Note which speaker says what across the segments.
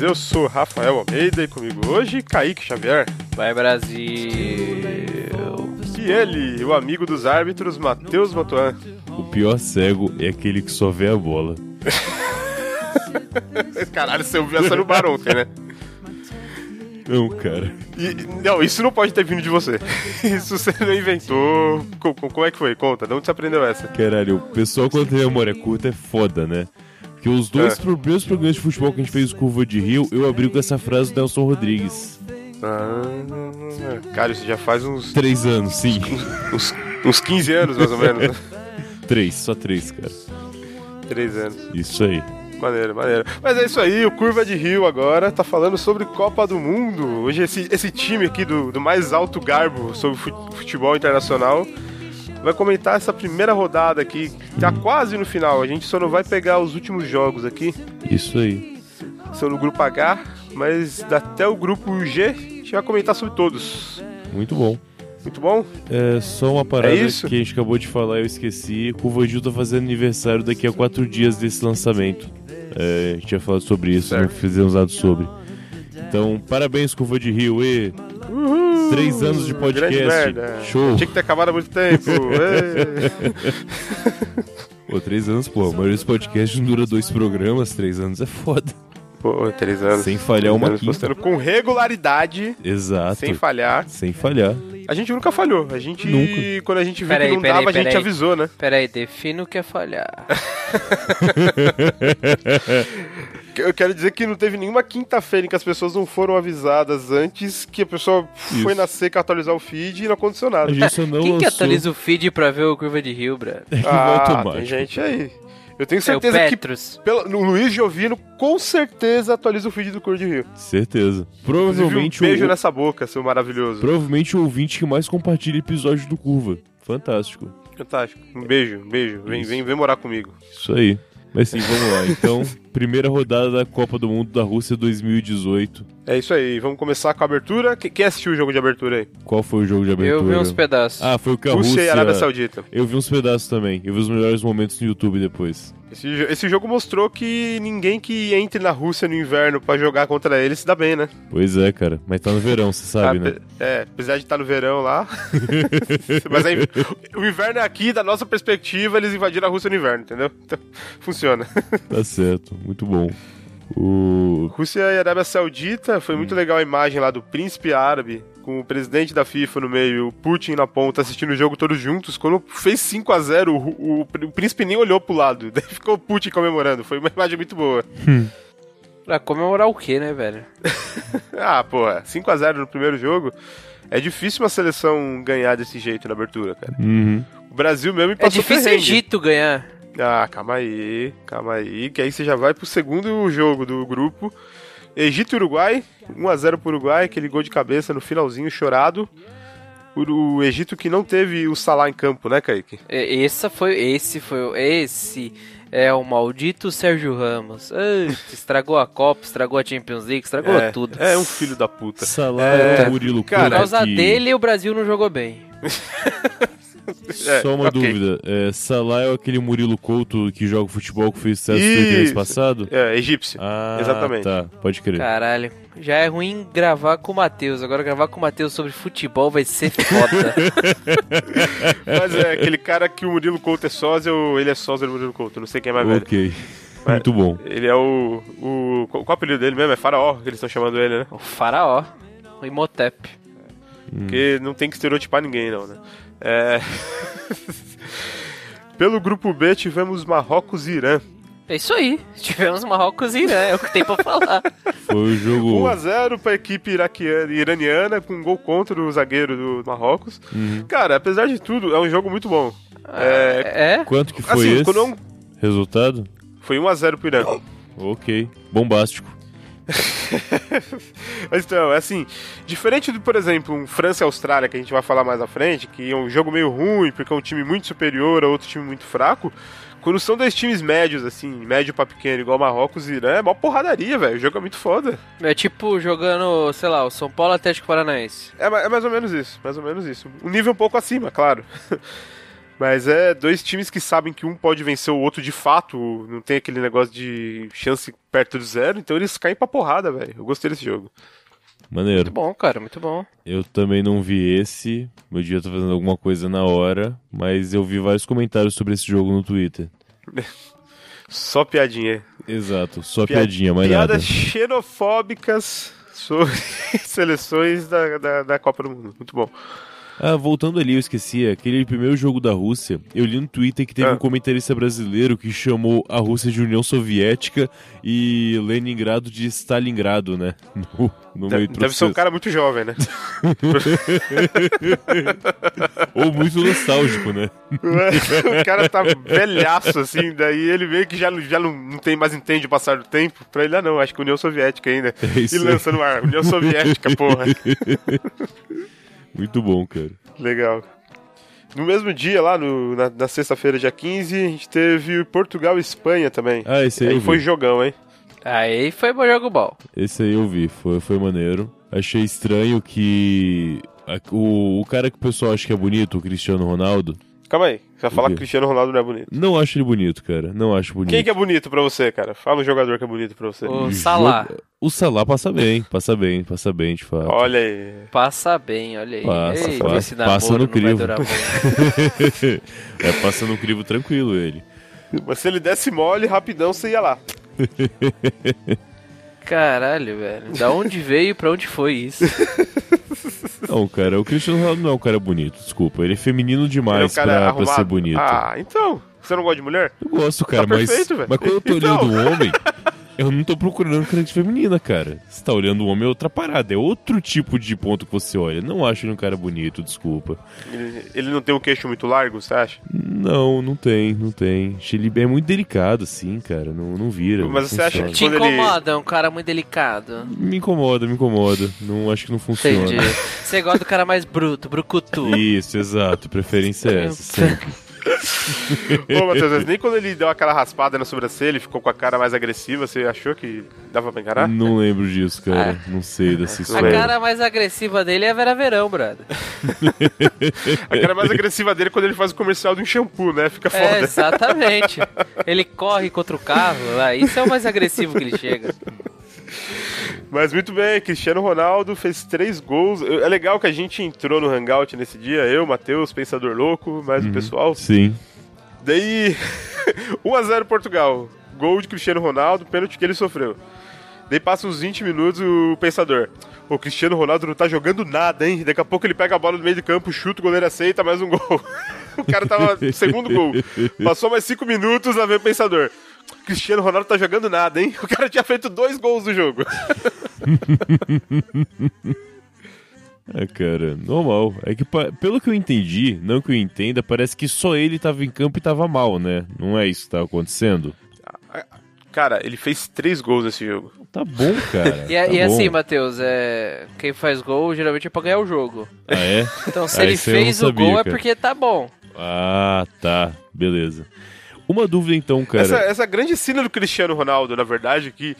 Speaker 1: Eu sou Rafael Almeida e comigo hoje Kaique Xavier.
Speaker 2: Vai Brasil!
Speaker 1: E ele, o amigo dos árbitros, Matheus Matuan.
Speaker 3: O pior cego é aquele que só vê a bola.
Speaker 1: Caralho, você ouviu essa no bar ontem, né?
Speaker 3: Não, cara.
Speaker 1: E- não, isso não pode ter vindo de você. Isso você não inventou. Co- co- como é que foi? Conta, de onde você aprendeu essa?
Speaker 3: Caralho, o pessoal quando tem memória curta é foda, né? Porque os dois
Speaker 1: É.
Speaker 3: primeiros programas de futebol que a gente fez o Curva de Rio, eu abri com essa frase do Nelson Rodrigues.
Speaker 1: Ah, cara, isso já faz uns,
Speaker 3: Três anos, sim.
Speaker 1: uns, uns 15 anos, mais ou menos. né?
Speaker 3: três, só três, cara.
Speaker 1: 3 anos.
Speaker 3: Isso aí.
Speaker 1: Maneiro, maneiro. Mas é isso aí, o Curva de Rio agora tá falando sobre Copa do Mundo. Hoje esse, esse time aqui do, do mais alto garbo sobre fu- futebol internacional vai comentar essa primeira rodada aqui, que tá quase no final. A gente só não vai pegar os últimos jogos aqui,
Speaker 3: Isso aí.
Speaker 1: são no grupo H, mas até o grupo G a gente vai comentar sobre todos.
Speaker 3: Muito bom.
Speaker 1: Muito bom?
Speaker 3: É só uma parada
Speaker 1: É isso?
Speaker 3: que a gente acabou de falar, eu esqueci. O Vandil tá fazendo aniversário daqui a quatro dias desse lançamento. É, a gente tinha falado sobre isso,
Speaker 1: Certo.
Speaker 3: não fizemos nada sobre. Então, parabéns, Curva de Rio, e Três anos de
Speaker 1: Grande
Speaker 3: podcast.
Speaker 1: merda. é.
Speaker 3: Show.
Speaker 1: Tinha que ter acabado há muito tempo. Ê.
Speaker 3: Pô, três anos, pô. A maioria dos podcasts não dura dois programas, três anos é foda.
Speaker 1: Pô, três anos.
Speaker 3: Sem falhar uma
Speaker 1: Anos
Speaker 3: quinta.
Speaker 1: postando com regularidade,
Speaker 3: Exato.
Speaker 1: sem falhar.
Speaker 3: Sem falhar.
Speaker 1: A gente nunca falhou. A gente,
Speaker 3: Nunca.
Speaker 1: quando a gente viu
Speaker 2: Peraí,
Speaker 1: que não
Speaker 2: peraí,
Speaker 1: dava, a gente
Speaker 2: peraí.
Speaker 1: avisou, né?
Speaker 2: Pera aí, defina o que é falhar.
Speaker 1: Eu quero dizer que não teve nenhuma quinta-feira em que as pessoas não foram avisadas antes que a pessoa foi
Speaker 3: Isso.
Speaker 1: na seca atualizar o feed e não aconteceu nada.
Speaker 3: A gente só não
Speaker 2: Quem que
Speaker 3: lançou.
Speaker 2: atualiza o feed pra ver o Curva de Rio, bro?
Speaker 3: É que vai
Speaker 1: ah,
Speaker 3: automático.
Speaker 1: tem gente aí. Eu tenho
Speaker 2: É o
Speaker 1: certeza que
Speaker 2: Petrus.
Speaker 1: pelo, o Luiz Giovino com certeza atualiza o feed do Cor de Rio.
Speaker 3: Certeza.
Speaker 1: Inclusive, um
Speaker 3: Provavelmente
Speaker 1: beijo
Speaker 3: o...
Speaker 1: nessa boca, seu maravilhoso.
Speaker 3: Provavelmente o ouvinte que mais compartilha episódio do Curva. Fantástico.
Speaker 1: Fantástico. Um beijo, um beijo. Vem,
Speaker 3: Isso.
Speaker 1: vem, vem morar comigo.
Speaker 3: Isso aí. Mas sim, vamos lá. Então, primeira rodada da Copa do Mundo da Rússia 2018.
Speaker 1: É isso aí. Vamos começar com a abertura. Qu- Quem assistiu o jogo de abertura aí?
Speaker 3: Qual foi o jogo de abertura?
Speaker 2: Eu vi uns pedaços.
Speaker 3: Ah, foi o que a
Speaker 1: Rússia e
Speaker 3: Rússia...
Speaker 1: Arábia Saudita.
Speaker 3: Eu vi uns pedaços também. Eu vi os melhores momentos no YouTube depois.
Speaker 1: Esse, jo- esse jogo mostrou que ninguém que entre na Rússia no inverno pra jogar contra ele se dá bem, né?
Speaker 3: Pois é, cara. Mas tá no verão, você sabe, né?
Speaker 1: Ape- É, apesar de estar no verão lá. Mas aí, o inverno é aqui, da nossa perspectiva, eles invadiram a Rússia no inverno, entendeu? Então, funciona.
Speaker 3: Tá certo, muito bom. O.
Speaker 1: Rússia e Arábia Saudita, foi
Speaker 3: Hum.
Speaker 1: muito legal a imagem lá do príncipe árabe, com o presidente da FIFA no meio, o Putin na ponta, assistindo o jogo todos juntos. Quando fez 5 a 0 o, o- o príncipe nem olhou pro lado, daí ficou o Putin comemorando. Foi uma imagem muito boa.
Speaker 2: Pra comemorar o quê, né, velho?
Speaker 1: Ah, porra, 5x0 no primeiro jogo. É difícil uma seleção ganhar desse jeito na abertura, cara.
Speaker 3: Uhum.
Speaker 1: O Brasil mesmo me
Speaker 2: É
Speaker 1: passou
Speaker 2: difícil o
Speaker 1: perrengue.
Speaker 2: Egito ganhar.
Speaker 1: Ah, calma aí, calma aí, que aí você já vai pro segundo jogo do grupo. Egito e Uruguai, 1x0 pro Uruguai, aquele gol de cabeça no finalzinho, chorado. O o Egito que não teve o Salah em campo, né, Kaique?
Speaker 2: E- Essa foi, esse foi, o- esse é o maldito Sérgio Ramos. Ai, estragou a Copa, estragou a Champions League, estragou
Speaker 1: é,
Speaker 2: tudo.
Speaker 1: É um filho da puta.
Speaker 3: Salário
Speaker 1: É,
Speaker 3: é, Murilo
Speaker 1: cara,
Speaker 2: Por
Speaker 3: Couto
Speaker 2: causa
Speaker 3: que-
Speaker 2: dele, o Brasil não jogou bem.
Speaker 3: Só uma
Speaker 1: É, ok.
Speaker 3: dúvida. É, Salah é aquele Murilo Couto que joga futebol que fez sucesso
Speaker 1: Isso.
Speaker 3: no mês passado?
Speaker 1: É, egípcio.
Speaker 3: Ah,
Speaker 1: Exatamente.
Speaker 3: tá. Pode crer.
Speaker 2: Caralho, já é ruim gravar com o Matheus. Agora gravar com o Matheus sobre futebol vai ser foda.
Speaker 1: Mas é aquele cara que o Murilo Couto é sósia ou ele é sósia do Murilo Couto, não sei quem é mais velho.
Speaker 3: ok. Muito bom.
Speaker 1: Ele é o. o qual qual é o apelido dele mesmo? É Faraó, que eles estão chamando ele, né?
Speaker 2: o Faraó, o Imhotep.
Speaker 3: Hum.
Speaker 1: Porque não tem que estereotipar ninguém, não, né? É. Pelo grupo B tivemos Marrocos e Irã.
Speaker 2: É isso aí. Tivemos Marrocos e Irã, é o que tem pra falar.
Speaker 3: Foi o jogo.
Speaker 1: 1x0 pra equipe iraquiana, iraniana, com um gol contra o zagueiro do Marrocos.
Speaker 3: Uhum.
Speaker 1: Cara, apesar de tudo, é um jogo muito bom. É.
Speaker 2: É?
Speaker 3: Quanto que Ah, foi
Speaker 1: Assim,
Speaker 3: esse?
Speaker 1: quando é um-
Speaker 3: Resultado?
Speaker 1: Foi 1x0 pro Irã.
Speaker 3: Ok. Bombástico.
Speaker 1: Mas então, é assim, diferente do, por exemplo, um França e Austrália, que a gente vai falar mais à frente, que é um jogo meio ruim, porque é um time muito superior a outro time muito fraco, quando são dois times médios, assim, médio pra pequeno, igual Marrocos e Irã, é mó porradaria, velho. O jogo é muito foda.
Speaker 2: É tipo jogando, sei lá, o São Paulo Atlético Paranaense.
Speaker 1: É, ma- é mais ou menos isso, mais ou menos isso. Um nível um pouco acima, claro. Mas é dois times que sabem que um pode vencer o outro de fato, não tem aquele negócio de chance perto de zero, então eles caem pra porrada, velho. Eu gostei desse jogo.
Speaker 3: Maneiro.
Speaker 2: Muito bom, cara, muito bom.
Speaker 3: Eu também não vi esse. Meu dia tá fazendo alguma coisa na hora, mas eu vi vários comentários sobre esse jogo no Twitter.
Speaker 1: Só piadinha.
Speaker 3: Exato, só
Speaker 1: Pia-
Speaker 3: piadinha, mais
Speaker 1: Piadas
Speaker 3: nada.
Speaker 1: xenofóbicas sobre seleções da, da, da Copa do Mundo. Muito bom.
Speaker 3: Ah, voltando ali, eu esqueci, aquele primeiro jogo da Rússia, eu li no Twitter que teve
Speaker 1: Ah.
Speaker 3: um comentarista brasileiro que chamou a Rússia de União Soviética e Leningrado de Stalingrado, né? No, no
Speaker 1: Deve,
Speaker 3: meio do
Speaker 1: deve ser um
Speaker 3: processo.
Speaker 1: cara muito jovem, né?
Speaker 3: Ou muito nostálgico, né?
Speaker 1: o cara tá velhaço, assim, daí ele meio que já, já não, não tem mais entende o passar do tempo. Pra ele, ah, não, acho que União Soviética ainda.
Speaker 3: É isso
Speaker 1: e
Speaker 3: aí.
Speaker 1: lança no ar, União Soviética, porra.
Speaker 3: Muito bom, cara.
Speaker 1: Legal. No mesmo dia, lá no- na, na sexta-feira, dia 15, a gente teve Portugal e Espanha também.
Speaker 3: Ah, esse aí,
Speaker 1: Aí
Speaker 3: eu
Speaker 1: É, foi
Speaker 3: vi.
Speaker 1: jogão, hein?
Speaker 2: Aí foi bom jogo bom.
Speaker 3: Esse aí eu vi, foi, foi maneiro. Achei estranho que a- o, o cara que o pessoal acha que é bonito, o Cristiano Ronaldo,
Speaker 1: Calma aí, você vai falar
Speaker 3: quê?
Speaker 1: que Cristiano Ronaldo não é bonito.
Speaker 3: não acho ele bonito, cara. Não acho bonito.
Speaker 1: Quem que é bonito pra você, cara? Fala um jogador que é bonito pra você.
Speaker 2: O
Speaker 3: Jogo-
Speaker 2: Salah,
Speaker 3: O Salah passa bem, passa bem, passa bem, de fato.
Speaker 1: Olha aí.
Speaker 2: passa bem, olha aí.
Speaker 3: Passa,
Speaker 2: Eita,
Speaker 3: passa.
Speaker 2: esse namoro
Speaker 3: Passa no
Speaker 2: não vai
Speaker 3: crivo.
Speaker 2: durar muito.
Speaker 3: é, passa no crivo tranquilo ele.
Speaker 1: Mas se ele desse mole, rapidão você ia lá.
Speaker 2: Caralho, velho. Da onde veio e pra onde foi isso?
Speaker 3: Não, cara, o Cristiano Ronaldo não é um cara bonito, desculpa. Ele é feminino
Speaker 1: Ele é
Speaker 3: demais
Speaker 1: um cara
Speaker 3: pra, pra
Speaker 1: arrumado.
Speaker 3: ser bonito.
Speaker 1: Ah, então. Você não gosta de mulher?
Speaker 3: Eu gosto, cara, mas,
Speaker 1: perfeito, velho.
Speaker 3: mas quando eu tô
Speaker 1: Então.
Speaker 3: olhando um homem, eu não tô procurando crente feminina, cara. Você tá olhando um homem é outra parada, é outro tipo de ponto que você olha. Não acho ele um cara bonito, desculpa.
Speaker 1: Ele, ele não tem um queixo muito largo, você acha?
Speaker 3: Não, não tem, não tem. Acho Ele é muito delicado, assim, cara. Não, não vira.
Speaker 1: Mas
Speaker 3: não
Speaker 1: você acha
Speaker 3: funciona.
Speaker 2: Te
Speaker 1: Quando ele-
Speaker 2: incomoda, é um cara muito delicado.
Speaker 3: Me incomoda, me incomoda. Não acho que não funciona.
Speaker 2: Entendi. Você gosta do cara mais bruto, brucutu.
Speaker 3: Isso, exato. Preferência é essa. sempre.
Speaker 1: Ô, Matheus, mas nem quando ele deu aquela raspada na sobrancelha, ele ficou com a cara mais agressiva, você achou que dava pra encarar?
Speaker 3: Não lembro disso, cara. Não sei
Speaker 2: Tá?
Speaker 3: dessa
Speaker 2: É. A
Speaker 3: história.
Speaker 2: cara mais agressiva dele é a Vera Verão, brother.
Speaker 1: A cara mais agressiva dele é quando ele faz o comercial de um shampoo, né? Fica
Speaker 2: É,
Speaker 1: foda.
Speaker 2: exatamente. Ele corre contra o carro, lá. isso é o mais agressivo que ele chega.
Speaker 1: Mas muito bem, Cristiano Ronaldo fez três gols. Eu- É legal que a gente entrou no Hangout nesse dia, eu, Matheus, Pensador Louco, mais
Speaker 3: Uhum.
Speaker 1: o pessoal.
Speaker 3: Sim.
Speaker 1: Daí, 1x0 Portugal. Gol de Cristiano Ronaldo, pênalti que ele sofreu. Daí passa uns 20 minutos o pensador. O Cristiano Ronaldo não tá jogando nada, hein? Daqui a pouco ele pega a bola no meio de campo, chuta, o goleiro aceita, mais um gol. o cara tava no segundo gol. Passou mais 5 minutos, lá vem o pensador. Cristiano Ronaldo tá jogando nada, hein? O cara tinha feito dois gols no jogo.
Speaker 3: É, cara, normal. É que, pa- pelo que eu entendi, não que eu entenda, parece que só ele tava em campo e tava mal, né? Não é isso que tá acontecendo?
Speaker 1: Cara, ele fez três gols nesse jogo.
Speaker 3: Tá bom, cara.
Speaker 2: E, é-
Speaker 3: tá
Speaker 2: e
Speaker 3: bom.
Speaker 2: assim, Matheus, é... quem faz gol geralmente é pra ganhar o jogo.
Speaker 3: Ah, é?
Speaker 2: Então se
Speaker 3: Ah,
Speaker 2: ele
Speaker 3: isso eu não
Speaker 2: fez o
Speaker 3: sabia,
Speaker 2: gol é
Speaker 3: cara.
Speaker 2: porque tá bom.
Speaker 3: Ah, tá. Beleza. Uma dúvida então, cara.
Speaker 1: Essa, essa grande cena do Cristiano Ronaldo, na verdade, que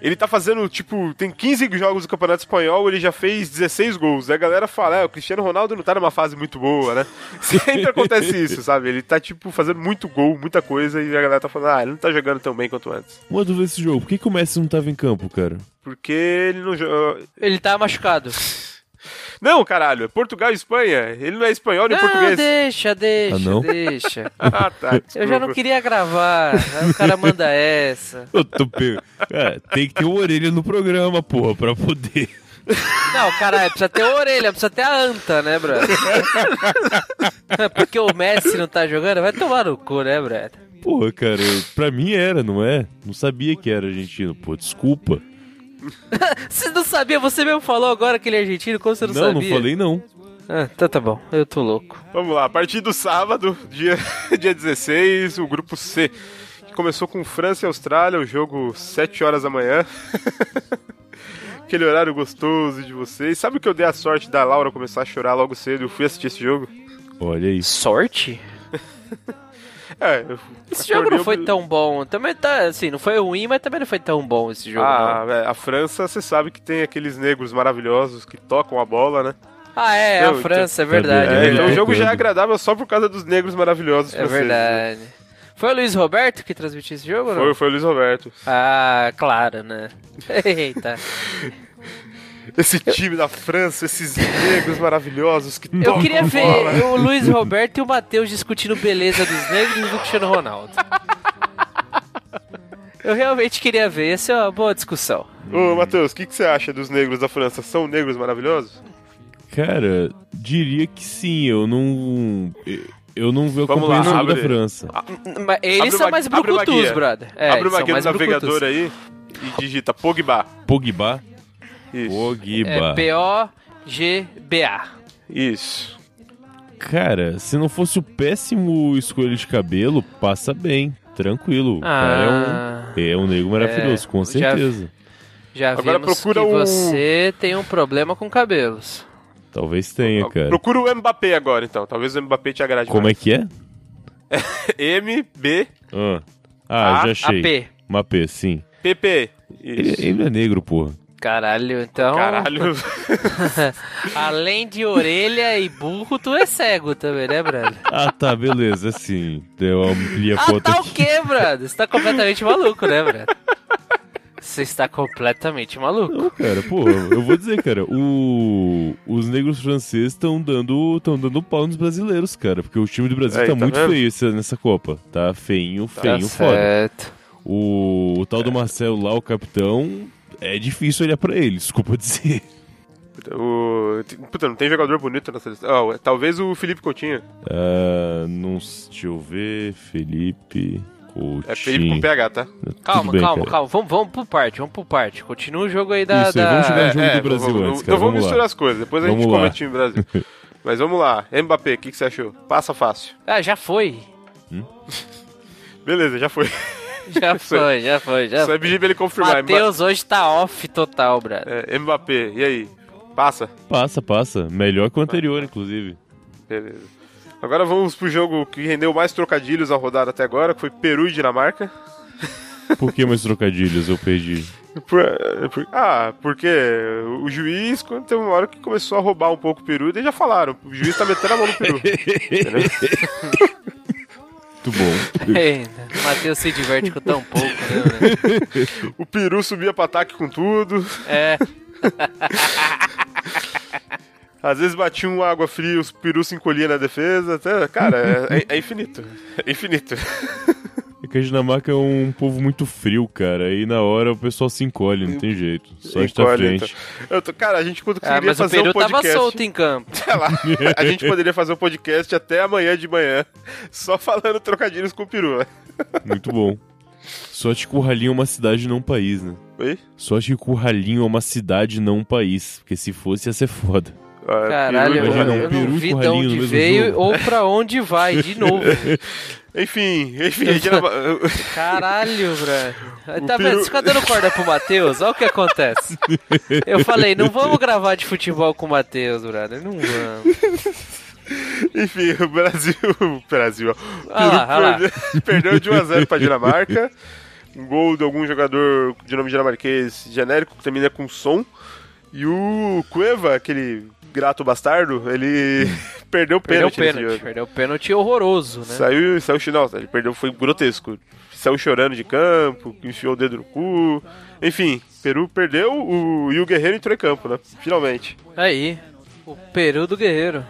Speaker 1: ele tá fazendo, tipo, tem 15 jogos do Campeonato Espanhol, ele já fez 16 gols. Aí a galera fala, é, o Cristiano Ronaldo não tá numa fase muito boa, né? Sempre acontece isso, sabe? Ele tá, tipo, fazendo muito gol, muita coisa, e a galera tá falando, ah, ele não tá jogando tão bem quanto antes.
Speaker 2: é-
Speaker 3: Uma dúvida desse jogo. Por que, que o Messi não tava em campo, cara?
Speaker 1: Porque ele não joga...
Speaker 2: Ele tá machucado.
Speaker 1: Não, caralho, é Portugal e Espanha. Ele não é espanhol nem
Speaker 2: não,
Speaker 1: português.
Speaker 2: deixa, deixa,
Speaker 3: Ah, não?
Speaker 2: deixa.
Speaker 1: Ah, tá.
Speaker 2: Eu já não
Speaker 1: desculpa.
Speaker 2: queria gravar, aí o cara manda essa.
Speaker 3: Eu tô pe... É, tem que ter uma orelha no programa, porra, pra poder.
Speaker 2: Não, caralho, precisa ter a orelha, precisa ter a anta, né, brother? Porque o Messi não tá jogando, vai tomar no cu, né, brother?
Speaker 3: Porra, cara, eu- pra mim era, não é? Não sabia que era argentino. Pô, desculpa.
Speaker 2: Você não sabia, você mesmo falou agora que ele é argentino, como você não,
Speaker 3: não,
Speaker 2: sabia?
Speaker 3: falei não.
Speaker 2: Ah, então tá bom, eu tô louco.
Speaker 1: Vamos lá, a partir do sábado, dia, dia 16, o grupo C. que Começou com França e Austrália, o jogo 7 horas da manhã. Aquele horário gostoso de vocês. Sabe que eu dei a sorte da Laura começar a chorar logo cedo e eu fui assistir esse jogo?
Speaker 3: Olha isso.
Speaker 2: Sorte?
Speaker 1: É, eu
Speaker 2: Esse jogo não
Speaker 1: acordei-
Speaker 2: foi tão bom. Também tá, assim, não foi ruim, mas também não foi tão bom esse jogo.
Speaker 1: Ah, é, a França, você sabe que tem aqueles negros maravilhosos que tocam a bola, né?
Speaker 2: não. Ah, é, é
Speaker 1: Não,
Speaker 2: a
Speaker 1: então-
Speaker 2: França, é verdade. É,
Speaker 3: É,
Speaker 1: É, então o
Speaker 2: verdade.
Speaker 1: jogo já é agradável só por causa dos negros maravilhosos
Speaker 2: É
Speaker 1: franceses.
Speaker 2: verdade. Foi o Luiz Roberto que transmitiu esse jogo? ou não?
Speaker 1: Foi, foi o Luiz Roberto.
Speaker 2: Ah, claro, né? Eita.
Speaker 1: Esse time da França, esses negros maravilhosos que
Speaker 2: Eu queria ver o Luiz Roberto e o Matheus discutindo beleza dos negros e do Cristiano Ronaldo. Eu realmente queria ver, essa é uma boa discussão.
Speaker 1: Ô, Matheus, o que, que você acha dos negros da França? São negros maravilhosos?
Speaker 3: Cara, diria que sim, eu não. Eu não vi
Speaker 1: Vamos
Speaker 3: acompanhando
Speaker 1: lá,
Speaker 3: o jogo da
Speaker 1: abre.
Speaker 3: França.
Speaker 2: Mas eles
Speaker 1: Abre
Speaker 2: são
Speaker 1: uma-
Speaker 2: mais
Speaker 1: abre uma
Speaker 2: brucutus,
Speaker 1: guia.
Speaker 2: brother. É,
Speaker 1: Abre
Speaker 2: eles
Speaker 1: uma
Speaker 2: são
Speaker 1: guia
Speaker 2: mais
Speaker 1: do navegador
Speaker 2: brucutus.
Speaker 1: aí e digita Pogba.
Speaker 3: Pogba.
Speaker 1: Isso.
Speaker 3: Pogba.
Speaker 2: É P-O-G-B-A.
Speaker 1: Isso.
Speaker 3: Cara, se não fosse o péssimo escolha de cabelo, passa bem. Tranquilo. O cara
Speaker 2: Ah,
Speaker 3: é um, é um nego maravilhoso, com
Speaker 2: já-
Speaker 3: certeza.
Speaker 2: já
Speaker 1: Agora
Speaker 2: vimos
Speaker 1: procura
Speaker 2: que
Speaker 1: um-
Speaker 2: você tem um problema com cabelos.
Speaker 3: Talvez tenha, cara.
Speaker 1: Procura o Mbappé agora, então. Talvez o Mbappé te agrade
Speaker 3: Como é que é?
Speaker 1: M, B,
Speaker 3: Ah, Ah,
Speaker 1: A-
Speaker 3: já achei.
Speaker 2: AP.
Speaker 3: Mapê, sim.
Speaker 1: P, P.
Speaker 3: Ele,
Speaker 1: Isso.
Speaker 3: ele não é negro, porra.
Speaker 2: Caralho, então...
Speaker 1: Caralho.
Speaker 2: Além de orelha e burro, tu é cego também, né, brother?
Speaker 3: Ah, tá, beleza, sim. Eu ampliei a
Speaker 2: Ah,
Speaker 3: foto
Speaker 2: tá o
Speaker 3: aqui.
Speaker 2: quê, brother? Você tá completamente maluco, né, brother? Você está completamente maluco.
Speaker 3: Não, cara, pô, eu vou dizer, cara, o- os negros franceses estão dando, tão dando pau nos brasileiros, cara, porque o time do Brasil
Speaker 1: Aí,
Speaker 3: tá,
Speaker 1: tá
Speaker 3: muito
Speaker 1: vendo?
Speaker 3: feio esse- nessa Copa. Tá feinho,
Speaker 2: Tá
Speaker 3: feinho, foda.
Speaker 2: certo.
Speaker 3: O, o tal do Marcelo lá, o capitão, é difícil olhar pra ele, desculpa dizer.
Speaker 1: O- Puta, não tem jogador bonito na seleção. Ah, talvez o Felipe Coutinho.
Speaker 3: Ah, não, s- deixa eu ver, Felipe Coutinho.
Speaker 1: É Felipe com PH, tá?
Speaker 3: Tudo
Speaker 2: Calma,
Speaker 3: bem,
Speaker 2: calma,
Speaker 3: cara.
Speaker 2: calma. Vamos, vamos pro parte, vamos pro parte. Continua o jogo aí da.
Speaker 3: Isso aí,
Speaker 2: da-
Speaker 3: vamos chegar- É, jogo do
Speaker 1: vamos-
Speaker 3: Brasil
Speaker 1: vamos-
Speaker 3: antes,
Speaker 1: então
Speaker 3: cara,
Speaker 1: vamos
Speaker 3: vamos lá.
Speaker 1: misturar as coisas, depois a
Speaker 3: Vamos
Speaker 1: gente
Speaker 3: lá.
Speaker 1: comenta o time Brasil. Mas vamos lá, Mbappé, o que, que você achou? Passa fácil.
Speaker 2: Ah, já foi.
Speaker 1: Beleza, já foi.
Speaker 2: Já foi, já foi, já
Speaker 1: Só
Speaker 2: foi.
Speaker 1: é pedir pra ele confirmar.
Speaker 2: Matheus hoje tá off total, brother.
Speaker 1: Mba- é, Mbappé, e aí? Passa?
Speaker 3: Passa, passa. Melhor
Speaker 1: É.
Speaker 3: que o anterior, inclusive.
Speaker 1: Beleza. Agora vamos pro jogo que rendeu mais trocadilhos ao rodar até agora, que foi Peru e Dinamarca.
Speaker 3: Por que mais trocadilhos? Eu perdi.
Speaker 1: Por- por- ah, porque o juiz, quando teve uma hora que começou a roubar um pouco o Peru, daí já falaram, o juiz tá metendo a mão no Peru. Entendeu?
Speaker 3: Muito bom.
Speaker 2: Eita, Matheus se diverte com tão pouco, né? velho?
Speaker 1: o Peru subia pra ataque com tudo.
Speaker 2: É,
Speaker 1: Às vezes batia um água fria, os perus se encolhiam na defesa. Até, cara, é, é infinito. É infinito.
Speaker 3: É que a Dinamarca é um povo muito frio, cara. Aí na hora o pessoal se encolhe, não tem jeito. Só está
Speaker 1: Encolhe,
Speaker 3: frente.
Speaker 1: então. Eu tô- cara, a gente quando
Speaker 2: ah,
Speaker 1: queria
Speaker 2: mas o
Speaker 1: fazer
Speaker 2: Peru
Speaker 1: um
Speaker 2: tava
Speaker 1: podcast.
Speaker 2: solto em campo.
Speaker 1: Sei lá, a gente poderia fazer um podcast até amanhã de manhã, só falando trocadilhos com o peru. né?
Speaker 3: Muito bom. Sorte que Curralinho é uma cidade, não um país, né?
Speaker 1: Oi?
Speaker 3: Sorte que Curralinho é uma cidade, não um país. Porque se fosse, ia ser foda.
Speaker 1: Ah,
Speaker 2: Caralho,
Speaker 1: peru e
Speaker 2: eu,
Speaker 3: imagina,
Speaker 1: Curralinho.
Speaker 3: um
Speaker 2: eu
Speaker 3: peru
Speaker 2: não
Speaker 3: e
Speaker 2: vi de
Speaker 3: corralinho no
Speaker 2: onde
Speaker 3: mesmo
Speaker 2: veio
Speaker 3: jogo.
Speaker 2: ou pra onde vai, de novo.
Speaker 1: Enfim, enfim, Dinama-
Speaker 2: Caralho, bro. Tá
Speaker 1: peru-
Speaker 2: vendo? Você fica dando corda pro Matheus, olha o que acontece. Eu falei, não vamos gravar de futebol com o Matheus, brother. Não vamos.
Speaker 1: enfim, o Brasil. O Brasil, ó. O Peru
Speaker 2: Ah lá, ah lá.
Speaker 1: perdeu, perdeu de 1x0 pra Dinamarca. Um gol de algum jogador de nome dinamarquês genérico que termina com som. E o Cueva, aquele grato bastardo, ele perdeu o
Speaker 2: Perdeu
Speaker 1: pênalti. nesse
Speaker 2: pênalti.
Speaker 1: jogo.
Speaker 2: Perdeu pênalti horroroso, né?
Speaker 1: Saiu, saiu, chi- não, ele perdeu, foi grotesco. Saiu chorando de campo, enfiou o dedo no cu. Enfim, Peru perdeu o, e o Guerreiro entrou em campo, né? Finalmente.
Speaker 2: Aí, o Peru do Guerreiro.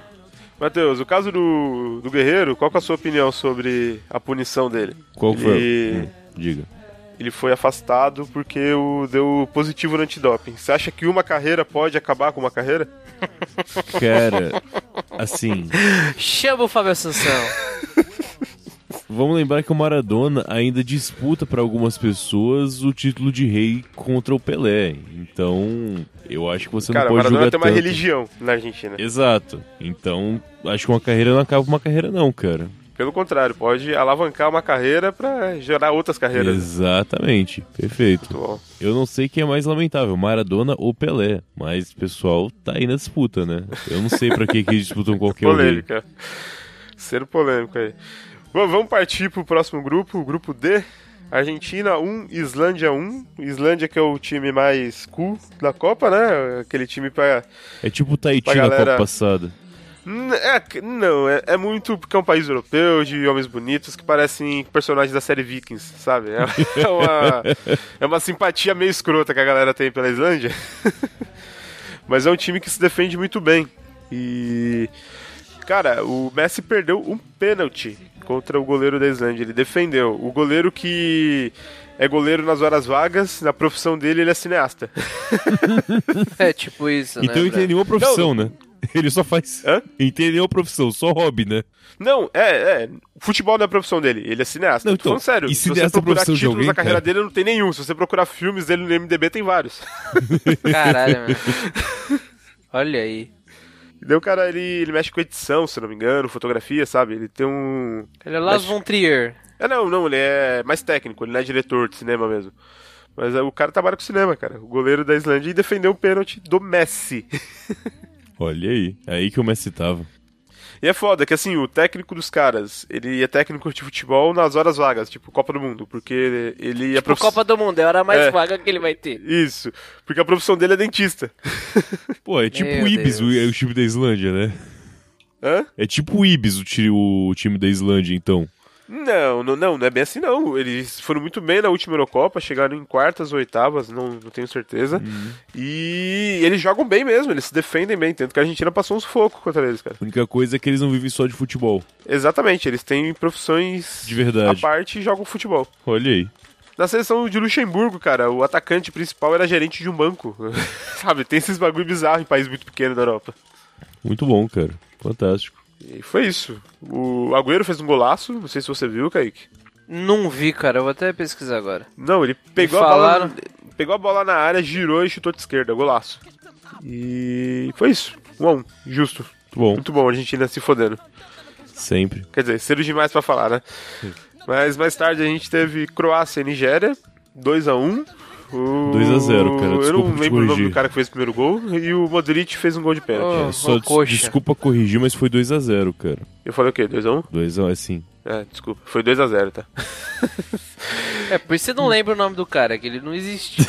Speaker 1: Matheus, o caso do, do Guerreiro, qual que é a sua opinião sobre a punição dele?
Speaker 3: Qual foi?
Speaker 1: E-
Speaker 3: Hum, diga.
Speaker 1: Ele foi afastado porque o, deu positivo no antidoping. Você acha que uma carreira pode acabar com uma carreira?
Speaker 3: Cara, assim.
Speaker 2: Chama o Fábio Assunção.
Speaker 3: Vamos lembrar que o Maradona ainda disputa para algumas pessoas o título de rei contra o Pelé. Então, eu acho que você
Speaker 1: Cara,
Speaker 3: não
Speaker 1: o
Speaker 3: pode
Speaker 1: Maradona
Speaker 3: julgar
Speaker 1: tem é uma
Speaker 3: tanto.
Speaker 1: religião na Argentina.
Speaker 3: Exato. Então, acho que uma carreira não acaba com uma carreira não, cara.
Speaker 1: Pelo contrário, pode alavancar uma carreira pra gerar outras carreiras.
Speaker 3: Exatamente. Perfeito.
Speaker 1: Muito bom.
Speaker 3: Eu não sei quem é mais lamentável, Maradona ou Pelé, mas pessoal tá aí na disputa, né? Eu não sei para que que eles disputam qualquer um deles.
Speaker 1: polêmica. Sendo polêmica aí. Bom, vamos partir pro próximo grupo, o grupo D, Argentina 1, Islândia 1. Islândia que é o time mais cool da Copa, né? Aquele time pra.
Speaker 3: É tipo o Tahiti
Speaker 1: Pra
Speaker 3: na
Speaker 1: galera-
Speaker 3: Copa passada.
Speaker 1: N- é- não, é, é muito porque é um país europeu, de homens bonitos, que parecem personagens da série Vikings, sabe? É, é uma, é uma simpatia meio escrota que a galera tem pela Islândia. Mas é um time que se defende muito bem. E. Cara, o Messi perdeu um pênalti contra o goleiro da Islândia. Ele defendeu. O goleiro que é goleiro nas horas vagas, na profissão dele, ele é cineasta.
Speaker 2: É tipo isso, né?
Speaker 3: Então ele não
Speaker 2: Breno?
Speaker 3: tem nenhuma profissão, né? Ele só faz.
Speaker 1: Hã?
Speaker 3: Ele não tem nenhuma profissão, só hobby, né?
Speaker 1: Não, é, é. Futebol não é a profissão dele, ele é cineasta.
Speaker 3: Não,
Speaker 1: Tô falando
Speaker 3: então,
Speaker 1: sério.
Speaker 3: e
Speaker 1: se
Speaker 3: cineasta
Speaker 1: você
Speaker 3: é a
Speaker 1: procurar
Speaker 3: profissão de
Speaker 1: títulos
Speaker 3: alguém,
Speaker 1: da carreira
Speaker 3: cara?
Speaker 1: dele, não tem nenhum. Se você procurar filmes dele no MDB, tem vários.
Speaker 2: Caralho, mano. Olha aí.
Speaker 1: E daí o cara, ele, ele mexe com edição, se não me engano, fotografia, sabe? Ele tem um.
Speaker 2: Ele é Las von Trier.
Speaker 1: É, não, não, ele é mais técnico, ele não é diretor de cinema mesmo. Mas é, o cara trabalha com cinema, cara. O goleiro da Islândia e defendeu o pênalti do Messi.
Speaker 3: Olha aí. Aí que o Messi tava.
Speaker 1: E é foda que assim, o técnico dos caras, ele é técnico de futebol nas horas vagas, tipo Copa do Mundo, porque ele é
Speaker 2: Pro
Speaker 1: profissional.
Speaker 2: Copa do Mundo, é a hora mais
Speaker 1: É.
Speaker 2: vaga que ele vai ter.
Speaker 1: Isso, porque a profissão dele é dentista.
Speaker 3: Pô, é tipo
Speaker 2: Meu
Speaker 3: o Ibis, o,
Speaker 2: Deus.
Speaker 3: o time da Islândia, né?
Speaker 1: Hã?
Speaker 3: É tipo o Ibis, o, ti- o time da Islândia, então.
Speaker 1: Não, não, não, não é bem assim não. Eles foram muito bem na última Eurocopa, chegaram em quartas ou oitavas, não, não tenho certeza.
Speaker 3: Uhum.
Speaker 1: E eles jogam bem mesmo, eles se defendem bem, tanto que a Argentina passou um sufoco contra eles, cara.
Speaker 3: A única coisa é que eles não vivem só de futebol.
Speaker 1: Exatamente, eles têm profissões
Speaker 3: De verdade.
Speaker 1: à parte e jogam futebol.
Speaker 3: Olha aí.
Speaker 1: Na seleção de Luxemburgo, cara, o atacante principal era gerente de um banco. Sabe, tem esses bagulho bizarro em país muito pequeno da Europa.
Speaker 3: Muito bom, cara. Fantástico.
Speaker 1: E foi isso. O Agüero fez um golaço, não sei se você viu, Kaique.
Speaker 2: Não vi, cara. Eu vou até pesquisar agora.
Speaker 1: Não, ele pegou
Speaker 2: Me
Speaker 1: a bola.
Speaker 2: falaram.
Speaker 1: Pegou a bola na área, girou e chutou de esquerda, golaço. E foi isso. Um a um, justo.
Speaker 3: Muito bom.
Speaker 1: Muito bom, a Argentina se fodendo.
Speaker 3: Sempre.
Speaker 1: Quer dizer, cedo demais pra falar, né? Mas mais tarde a gente teve Croácia e Nigéria, 2 a 1 O...
Speaker 3: 2 a 0, cara,
Speaker 1: Eu
Speaker 3: desculpa
Speaker 1: não
Speaker 3: te
Speaker 1: lembro o nome
Speaker 3: corrigir.
Speaker 1: do cara que fez o primeiro gol. E o Modric fez um gol de pênalti.
Speaker 2: Oh,
Speaker 3: É, só
Speaker 2: oh,
Speaker 3: des-
Speaker 2: coxa.
Speaker 3: desculpa corrigir, mas foi 2 a 0 cara.
Speaker 1: Eu falei o quê? 2x1?
Speaker 3: 2x1 é sim.
Speaker 1: É, desculpa. Foi 2x0, tá?
Speaker 2: É, por isso você não lembra o nome do cara, que ele não existe.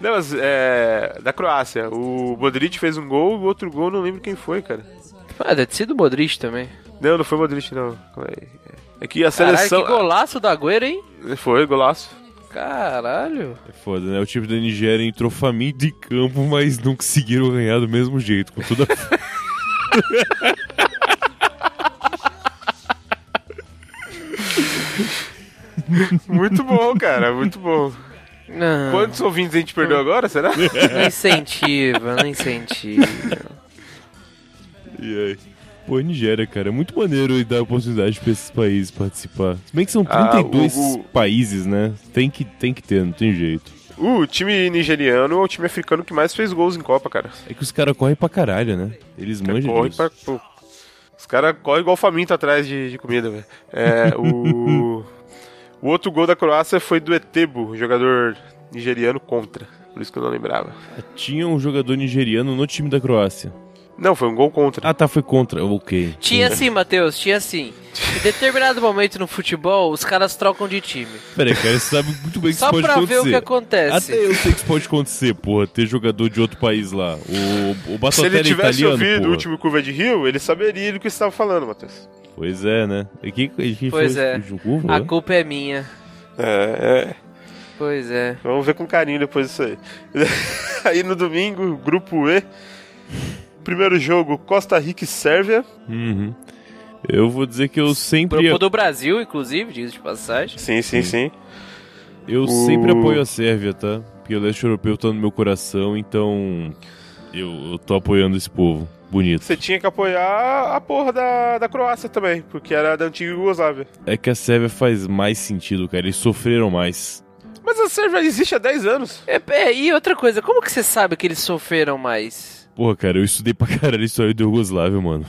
Speaker 1: Não, mas é. Da Croácia. O Modric fez um gol, o outro gol eu não lembro quem foi, cara.
Speaker 2: Ah, deve ter sido o Modric também.
Speaker 1: Não, não foi o Modric, não. Calma aí. É que a
Speaker 2: Caralho,
Speaker 1: seleção. Ah,
Speaker 2: que golaço da Agüero, hein?
Speaker 1: Foi, golaço.
Speaker 2: Caralho.
Speaker 3: É foda, né? O time da Nigéria entrou faminto em campo, mas não conseguiram ganhar do mesmo jeito, com toda a
Speaker 1: Muito bom, cara, muito bom.
Speaker 2: Não,
Speaker 1: Quantos ouvintes a gente perdeu agora, será?
Speaker 2: não incentiva, não incentiva.
Speaker 3: E aí? Pô, Nigéria, cara, é muito maneiro dar oportunidade pra esses países participar. Se bem que são
Speaker 1: Ah,
Speaker 3: 32
Speaker 1: o- o-
Speaker 3: países, né? Tem que, tem que ter, não tem jeito.
Speaker 1: O Uh, time nigeriano é o time africano que mais fez gols em Copa, cara.
Speaker 3: É que os caras correm pra caralho, né? Eles manjam
Speaker 1: Corre
Speaker 3: disso.
Speaker 1: pra. pô. Os caras correm igual faminto atrás de, de comida, velho. É, o. O outro gol da Croácia foi do Etebo, jogador nigeriano contra. Por isso que eu não lembrava.
Speaker 3: Tinha um jogador nigeriano no time da Croácia.
Speaker 1: Não, foi um gol contra.
Speaker 3: Ah, tá, foi contra. Ok.
Speaker 2: Tinha sim, Matheus, tinha sim. Em determinado momento no futebol, os caras trocam de time.
Speaker 3: Peraí, cara, você sabe muito bem que
Speaker 2: Só
Speaker 3: isso pode
Speaker 2: pra
Speaker 3: acontecer.
Speaker 2: ver o que acontece.
Speaker 3: Até eu sei que isso pode acontecer, porra. Ter jogador de outro país lá. O, o
Speaker 1: Se ele
Speaker 3: Batotera
Speaker 1: tivesse
Speaker 3: italiano,
Speaker 1: ouvido
Speaker 3: porra.
Speaker 1: o último curva de Rio, ele saberia do que você estava falando, Matheus.
Speaker 3: Pois é, né? E quem, e quem
Speaker 2: Pois
Speaker 3: foi
Speaker 2: é.
Speaker 3: o Jucuva?
Speaker 2: A culpa é minha.
Speaker 1: É, é.
Speaker 2: Pois é.
Speaker 1: Vamos ver com carinho depois isso aí. aí no domingo, grupo E. Primeiro jogo, Costa Rica e Sérvia.
Speaker 3: Uhum. Eu vou dizer que eu sempre,
Speaker 2: Grupo do Brasil, inclusive, diz de passagem.
Speaker 1: Sim, sim, sim.
Speaker 3: eu
Speaker 1: O-
Speaker 3: sempre apoio a Sérvia, tá? Porque o leste europeu tá no meu coração, então eu, eu tô apoiando esse povo. Bonito.
Speaker 1: Você tinha que apoiar a porra da, da Croácia também, porque era da antiga Iugoslávia.
Speaker 3: É que a Sérvia faz mais sentido, cara. Eles sofreram mais.
Speaker 1: Mas a Sérvia existe há 10 anos.
Speaker 2: É, é, e outra coisa, como que você sabe que eles sofreram mais?
Speaker 3: Porra, cara, eu estudei pra caralho a história da Iugoslávia, mano.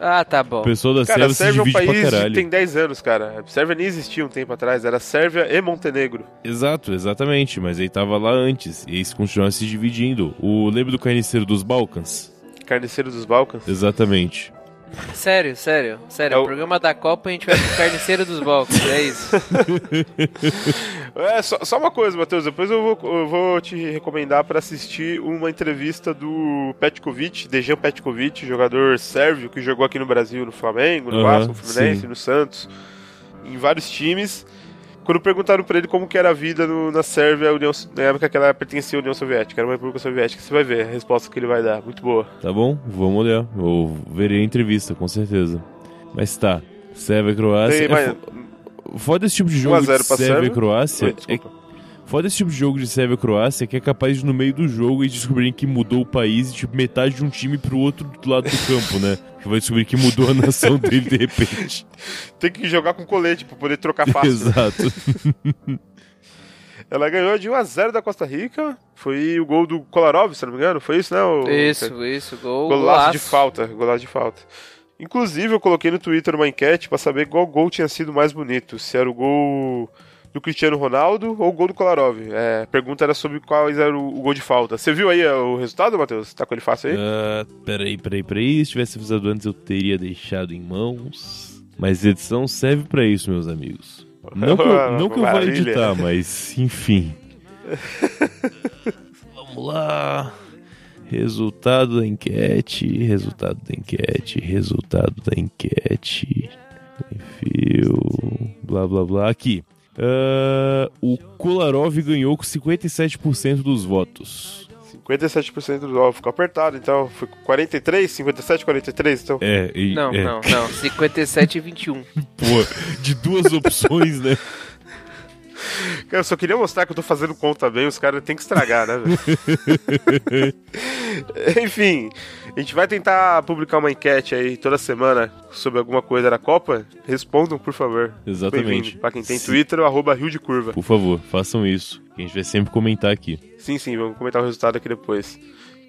Speaker 2: Ah, tá bom.
Speaker 3: O pessoal da
Speaker 1: Cara, a
Speaker 3: Sérvia se
Speaker 1: Sérvia é um
Speaker 3: divide pra
Speaker 1: país que
Speaker 3: caralho.
Speaker 1: tem 10 anos, cara. A Sérvia nem existia um tempo atrás, era Sérvia e Montenegro.
Speaker 3: Exato, exatamente. Mas ele tava lá antes. E eles continuaram se dividindo. O lembra do carniceiro dos Balcãs?
Speaker 1: Carniceiro dos Balcãs.
Speaker 3: Exatamente.
Speaker 2: Sério, sério, sério.
Speaker 1: É
Speaker 2: o...
Speaker 1: o-
Speaker 2: programa da Copa a gente vai pro carniceiro dos blocos, é isso.
Speaker 1: É, só, só uma coisa, Matheus. Depois eu vou, eu vou te recomendar pra assistir uma entrevista do Petkovic, Dejan Petkovic, jogador sérvio que jogou aqui no Brasil, no Flamengo, no
Speaker 3: Aham,
Speaker 1: Vasco, no Fluminense,
Speaker 3: sim.
Speaker 1: no Santos, em vários times. Quando perguntaram pra ele como que era a vida no- na Sérvia, a União, na época que ela pertencia à União Soviética, era uma república soviética, você vai ver a resposta que ele vai dar, muito boa.
Speaker 3: Tá bom, vamos olhar. Eu verei a entrevista, com certeza. Mas tá, Sérvia e Croácia.
Speaker 1: Ei,
Speaker 3: é
Speaker 1: mas-
Speaker 3: fo- Foda esse tipo de
Speaker 1: 1 a
Speaker 3: jogo
Speaker 1: 0
Speaker 3: de
Speaker 1: pra
Speaker 3: Sérvia e
Speaker 1: Sérvia.
Speaker 3: Croácia.
Speaker 1: Oi,
Speaker 3: é,
Speaker 1: desculpa.
Speaker 3: foda esse tipo de jogo de Sérvia e Croácia que é capaz de, no meio do jogo, e descobrirem que mudou o país e, tipo, metade de um time pro outro do lado do campo, né? Que vai descobrir que mudou a nação dele de repente.
Speaker 1: Tem que jogar com colete pra poder trocar fácil. né?
Speaker 3: Exato.
Speaker 1: Ela ganhou de 1x0 da Costa Rica. Foi o gol do Kolarov, se não me engano. Foi isso, né? o-
Speaker 2: Isso, isso, gol.
Speaker 1: Golaço,
Speaker 2: golaço.
Speaker 1: de falta. Golaço de falta. Inclusive, eu coloquei no Twitter uma enquete pra saber qual gol tinha sido mais bonito. Se era o gol do Cristiano Ronaldo ou o gol do Kolarov. É, a pergunta era sobre quais era o o gol de falta. Você viu aí é, o resultado, Matheus? Tá com ele fácil aí?
Speaker 3: Ah, peraí, peraí, peraí. Se tivesse avisado antes, eu teria deixado em mãos. Mas edição serve pra isso, meus amigos. Não que eu, não que eu vá
Speaker 1: Maravilha.
Speaker 3: editar, mas enfim. Vamos lá. Resultado da enquete, resultado da enquete, resultado da enquete. Enfio, blá blá blá. Aqui. Ah, o Kolarov ganhou com 57% dos votos.
Speaker 1: 57% do gol. Ficou apertado, então. Foi 43, 57, 43, então.
Speaker 3: É, e,
Speaker 2: Não,
Speaker 3: é,
Speaker 2: não, não. 57 e 21.
Speaker 3: Pô, de duas opções, né?
Speaker 1: Cara, eu só queria mostrar que eu tô fazendo conta bem, os caras têm que estragar, né, velho? Enfim, a gente vai tentar publicar uma enquete aí toda semana sobre alguma coisa da Copa. Respondam, por favor.
Speaker 3: Exatamente.
Speaker 1: Bem-vindo. Pra quem tem
Speaker 3: Sim.
Speaker 1: Twitter, o arroba Rio de Curva.
Speaker 3: Por favor, façam isso. Que a gente vai sempre comentar aqui.
Speaker 1: Sim, sim, vamos comentar o resultado aqui depois.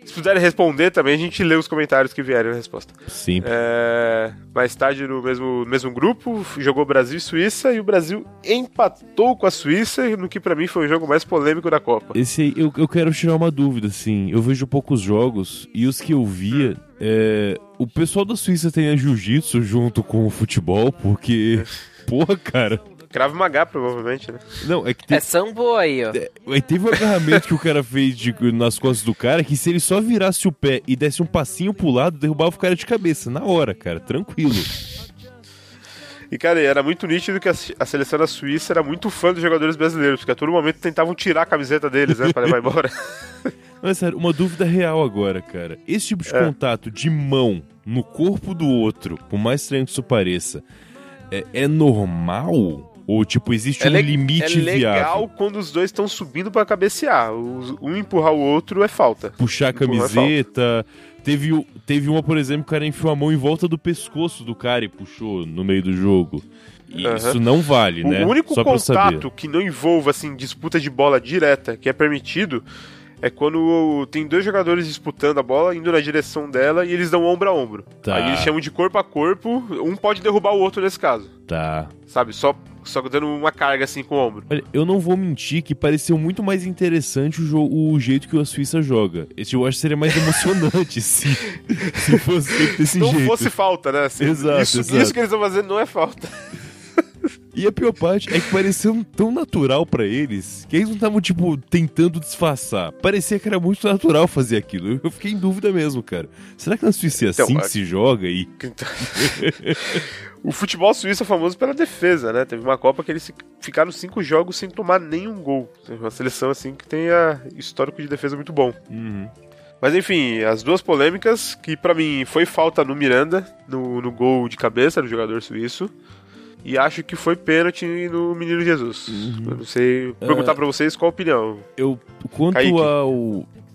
Speaker 1: Se puderem responder também, a gente lê os comentários que vierem na resposta.
Speaker 3: Sempre.
Speaker 1: É, mais tarde, no mesmo, no mesmo grupo, f- jogou Brasil e Suíça, e o Brasil empatou com a Suíça, no que pra mim foi o jogo mais polêmico da Copa.
Speaker 3: Esse aí, eu, eu quero tirar uma dúvida, assim. Eu vejo poucos jogos e os que eu via. é, o pessoal da Suíça tem a jiu-jitsu junto com o futebol, porque. Porra, cara.
Speaker 1: Cravo Magá, provavelmente, né?
Speaker 3: Não, é que
Speaker 2: É
Speaker 3: te,
Speaker 2: sambo aí, ó.
Speaker 3: aí teve um agarramento que o cara fez de- nas costas do cara que se ele só virasse o pé e desse um passinho pro lado, derrubava o cara de cabeça. Na hora, cara. Tranquilo.
Speaker 1: E, cara, era muito nítido que a, se- a seleção da Suíça era muito fã dos jogadores brasileiros, porque a todo momento tentavam tirar a camiseta deles, né, pra levar embora.
Speaker 3: Mas sério, uma dúvida real agora, cara. Esse tipo
Speaker 1: É.
Speaker 3: de contato de mão no corpo do outro, por mais estranho que isso pareça, é, é normal? Ou, tipo, existe
Speaker 1: É
Speaker 3: um
Speaker 1: le- é
Speaker 3: limite
Speaker 1: legal
Speaker 3: viável?
Speaker 1: quando os dois estão subindo pra cabecear. Os- um empurrar o outro é falta.
Speaker 3: Puxar a
Speaker 1: Empurrar
Speaker 3: camiseta. Teve, o- teve uma, por exemplo, que o cara enfiou a mão em volta do pescoço do cara e puxou no meio do jogo. E
Speaker 1: Aham.
Speaker 3: Isso não vale,
Speaker 1: O
Speaker 3: né?
Speaker 1: único
Speaker 3: Só pra eu saber.
Speaker 1: contato que não envolva, assim, disputa de bola direta, que é permitido, é quando tem dois jogadores disputando a bola, indo na direção dela, e eles dão ombro a ombro.
Speaker 3: Tá.
Speaker 1: Aí eles chamam de corpo a corpo, um pode derrubar o outro nesse caso.
Speaker 3: Tá.
Speaker 1: Sabe, só, só dando uma carga assim com o ombro.
Speaker 3: Olha, eu não vou mentir que pareceu muito mais interessante o, jo- o jeito que a Suíça joga. Esse eu acho que seria mais emocionante se, se fosse feito desse
Speaker 1: Se não
Speaker 3: jeito.
Speaker 1: fosse falta, né? Assim,
Speaker 3: Exato,
Speaker 1: isso,
Speaker 3: exato.
Speaker 1: isso que eles estão fazendo não é falta.
Speaker 3: E a pior parte é que pareceu tão natural pra eles que eles não estavam, tipo, tentando disfarçar. Parecia que era muito natural fazer aquilo. Eu fiquei em dúvida mesmo, cara. Será que na Suíça é
Speaker 1: Então,
Speaker 3: assim que
Speaker 1: a-
Speaker 3: se joga? E...
Speaker 1: Então- o futebol suíço é famoso pela defesa, né? Teve uma Copa que eles fi- ficaram cinco jogos sem tomar nenhum gol. Teve Uma seleção assim que tem ah, histórico de defesa muito bom. Mas enfim, as duas polêmicas, que pra mim foi falta no Miranda, no, no gol de cabeça do jogador suíço. E acho que foi pênalti no Menino Jesus.
Speaker 3: Uhum. É.
Speaker 1: Eu não sei. Perguntar pra vocês qual a opinião,
Speaker 3: Eu, quanto
Speaker 1: Kaique.
Speaker 3: ao...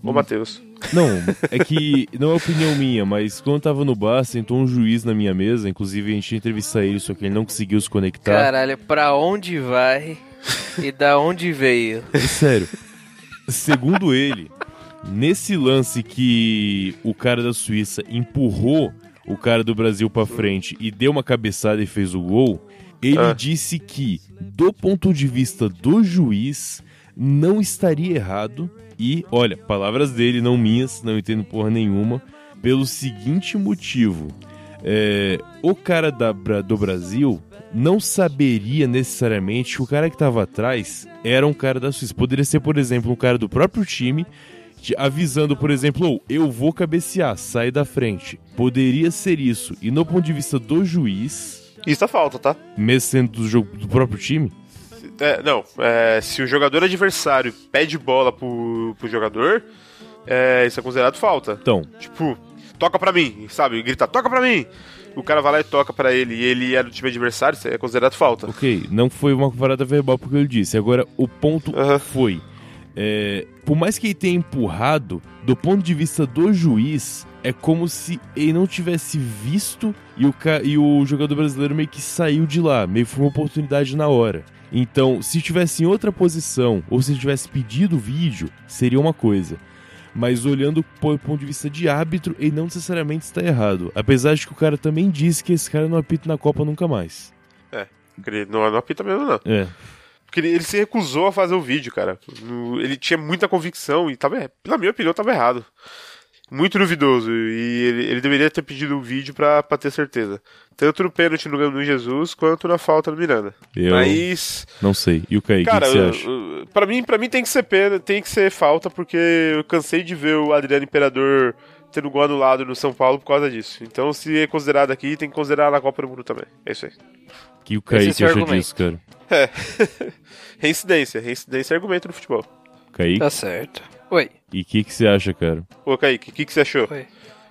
Speaker 1: ô Matheus.
Speaker 3: Não, é que não é opinião minha, mas quando eu tava no bar, sentou um juiz na minha mesa, inclusive a gente ia entrevistar ele, só que ele não conseguiu se conectar.
Speaker 2: Caralho, pra onde vai e da onde veio?
Speaker 3: É Sério. Segundo ele, nesse lance que o cara da Suíça empurrou o cara do Brasil pra frente e deu uma cabeçada e fez o gol, ele
Speaker 1: Ah.
Speaker 3: disse que, do ponto de vista do juiz, não estaria errado. E, olha, palavras dele, não minhas, não entendo porra nenhuma, pelo seguinte motivo. é, o cara da, Bra- do Brasil não saberia necessariamente que o cara que tava atrás era um cara da Suíça. Poderia ser, por exemplo, um cara do próprio time te avisando, por exemplo, "Ô, eu vou cabecear, sai da frente. Poderia ser isso. E no ponto de vista do juiz,
Speaker 1: Isso tá falta, tá?
Speaker 3: mesmo sendo do, jogo, do próprio time,
Speaker 1: É, não, é, se o jogador adversário pede bola pro, pro jogador, é, isso é considerado falta.
Speaker 3: então,
Speaker 1: Tipo, toca pra mim, sabe? Grita, toca pra mim! O cara vai lá e toca pra ele e ele é do time adversário, isso é considerado falta.
Speaker 3: Ok, não foi uma parada verbal porque eu disse. Agora, o ponto
Speaker 1: Aham.
Speaker 3: foi. é, por mais que ele tenha empurrado, do ponto de vista do juiz, é como se ele não tivesse visto e o, ca- e o jogador brasileiro meio que saiu de lá, meio que foi uma oportunidade na hora. Então, se tivesse em outra posição, ou se ele tivesse pedido o vídeo, seria uma coisa. Mas olhando por um ponto de vista de árbitro, ele não necessariamente está errado. Apesar de que o cara também disse que esse cara não apita na Copa nunca mais.
Speaker 1: Ele Não, não apita mesmo, não.
Speaker 3: É.
Speaker 1: Porque ele, ele se recusou a fazer o vídeo, cara. No- Ele tinha muita convicção e tava, er- na minha opinião, tava errado. Muito duvidoso. E ele, ele deveria ter pedido o vídeo pra, pra ter certeza. Tanto no pênalti no Gano Jesus quanto na falta no Miranda.
Speaker 3: Eu
Speaker 1: Mas.
Speaker 3: não sei. E o Kaique, o que
Speaker 1: Cara,
Speaker 3: que você acha?
Speaker 1: eu- eu- pra mim, para mim tem que ser pena, tem que ser falta, porque eu cansei de ver o Adriano Imperador tendo gol anulado no São Paulo por causa disso. Então, se é considerado aqui, tem que considerar na Copa do Mundo também. É isso aí.
Speaker 3: O que o
Speaker 2: Esse é
Speaker 3: Kaique
Speaker 2: seu
Speaker 3: acha
Speaker 2: argumento.
Speaker 3: disso, cara?
Speaker 1: É. reincidência. Reincidência é argumento no futebol.
Speaker 3: Kaique?
Speaker 2: Tá certo. Oi.
Speaker 3: E o que, que você acha, cara?
Speaker 1: Ô, Kaique, o que, que você achou?
Speaker 2: Oi.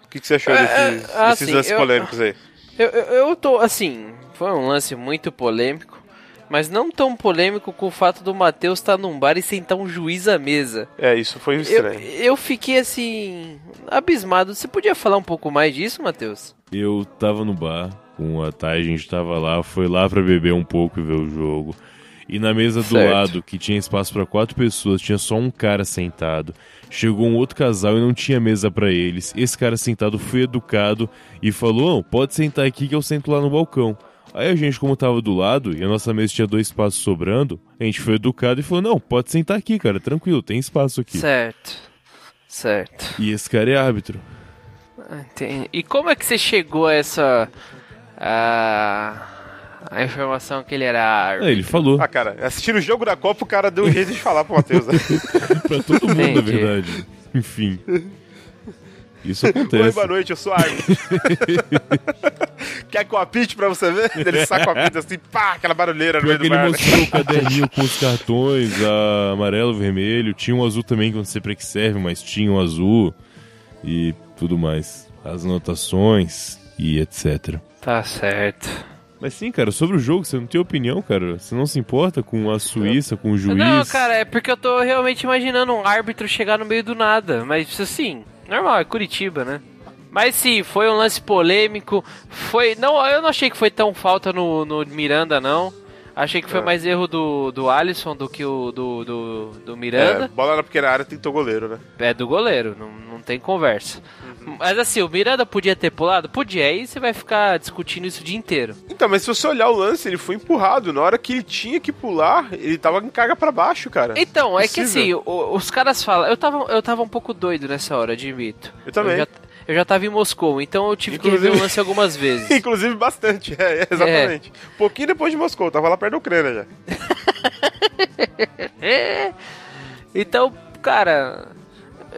Speaker 1: O que, que você achou
Speaker 2: Ah,
Speaker 1: desses,
Speaker 2: ah,
Speaker 1: desses
Speaker 2: assim,
Speaker 1: lances
Speaker 2: eu-
Speaker 1: polêmicos aí?
Speaker 2: Eu, eu, eu tô, assim, foi um lance muito polêmico, mas não tão polêmico com o fato do Matheus estar num bar e sentar um juiz à mesa.
Speaker 1: É, isso foi
Speaker 2: Eu,
Speaker 1: estranho.
Speaker 2: eu fiquei, assim, abismado. Você podia falar um pouco mais disso, Matheus?
Speaker 3: Eu tava no bar com a Thay, a gente tava lá, foi lá pra beber um pouco e ver o jogo. E na mesa do
Speaker 2: Certo.
Speaker 3: lado, que tinha espaço pra quatro pessoas, tinha só um cara sentado. Chegou um outro casal e não tinha mesa pra eles. Esse cara sentado foi educado e falou: "Não, pode sentar aqui que eu sento lá no balcão. Aí a gente, como tava do lado e a nossa mesa tinha dois espaços sobrando, a gente foi educado e falou: não, pode sentar aqui, cara, tranquilo, tem espaço aqui.
Speaker 2: Certo. Certo.
Speaker 3: E esse cara é árbitro.
Speaker 2: Ah, entendi. E como é que você chegou a essa... A, a informação que ele era
Speaker 3: Ah,
Speaker 2: árbitro?
Speaker 3: ele falou.
Speaker 1: Ah, cara, assistindo o jogo da Copa, o cara deu um jeito de falar pro Matheus. né?
Speaker 3: pra todo mundo, na
Speaker 2: Entendi.
Speaker 3: verdade. Enfim. Isso
Speaker 1: Oi,
Speaker 3: acontece.
Speaker 1: boa noite, eu sou Armin. Quer que eu apite pra você ver? Ele saca o apito assim, pá, aquela barulheira no
Speaker 3: Pior
Speaker 1: meio
Speaker 3: que
Speaker 1: do
Speaker 3: ele
Speaker 1: bar. né?
Speaker 3: mostrou o caderninho com os cartões, a amarelo, vermelho. Tinha um azul também, que eu não sei pra que serve, mas tinha um azul. E tudo mais. As anotações e etc.
Speaker 2: Tá certo.
Speaker 3: Mas sim, cara, sobre o jogo, você não tem opinião, cara. Você não se importa com a Suíça, com o juiz.
Speaker 2: Não, cara, é porque eu tô realmente imaginando um árbitro chegar no meio do nada. Mas isso assim, normal, é Curitiba, né? Mas sim, foi um lance polêmico. Foi. Não, eu não achei que foi tão falta no, no Miranda, não. Achei que foi
Speaker 1: É.
Speaker 2: mais erro do, do Alisson do que o do, do, do
Speaker 1: É,
Speaker 2: Miranda.
Speaker 1: bola na pequena área, tentou o goleiro, né?
Speaker 2: É, do goleiro, não, não tem conversa.
Speaker 1: Uhum.
Speaker 2: Mas assim, o Miranda podia ter pulado? Podia, aí você vai ficar discutindo isso o dia inteiro.
Speaker 1: Então, mas se você olhar o lance, ele foi empurrado. Na hora que ele tinha que pular, ele tava em carga pra baixo, cara.
Speaker 2: Então, é que assim,
Speaker 1: Possível.
Speaker 2: o- os caras falam. Eu tava, eu tava um pouco doido nessa hora, admito.
Speaker 1: Eu também.
Speaker 2: Eu já, eu já tava em Moscou, então eu tive que
Speaker 1: Inclusive-
Speaker 2: rever o lance algumas vezes.
Speaker 1: Inclusive bastante, é, é, exatamente. Pouquinho depois de Moscou, tava lá perto da Ucrânia já.
Speaker 2: É. Então, cara.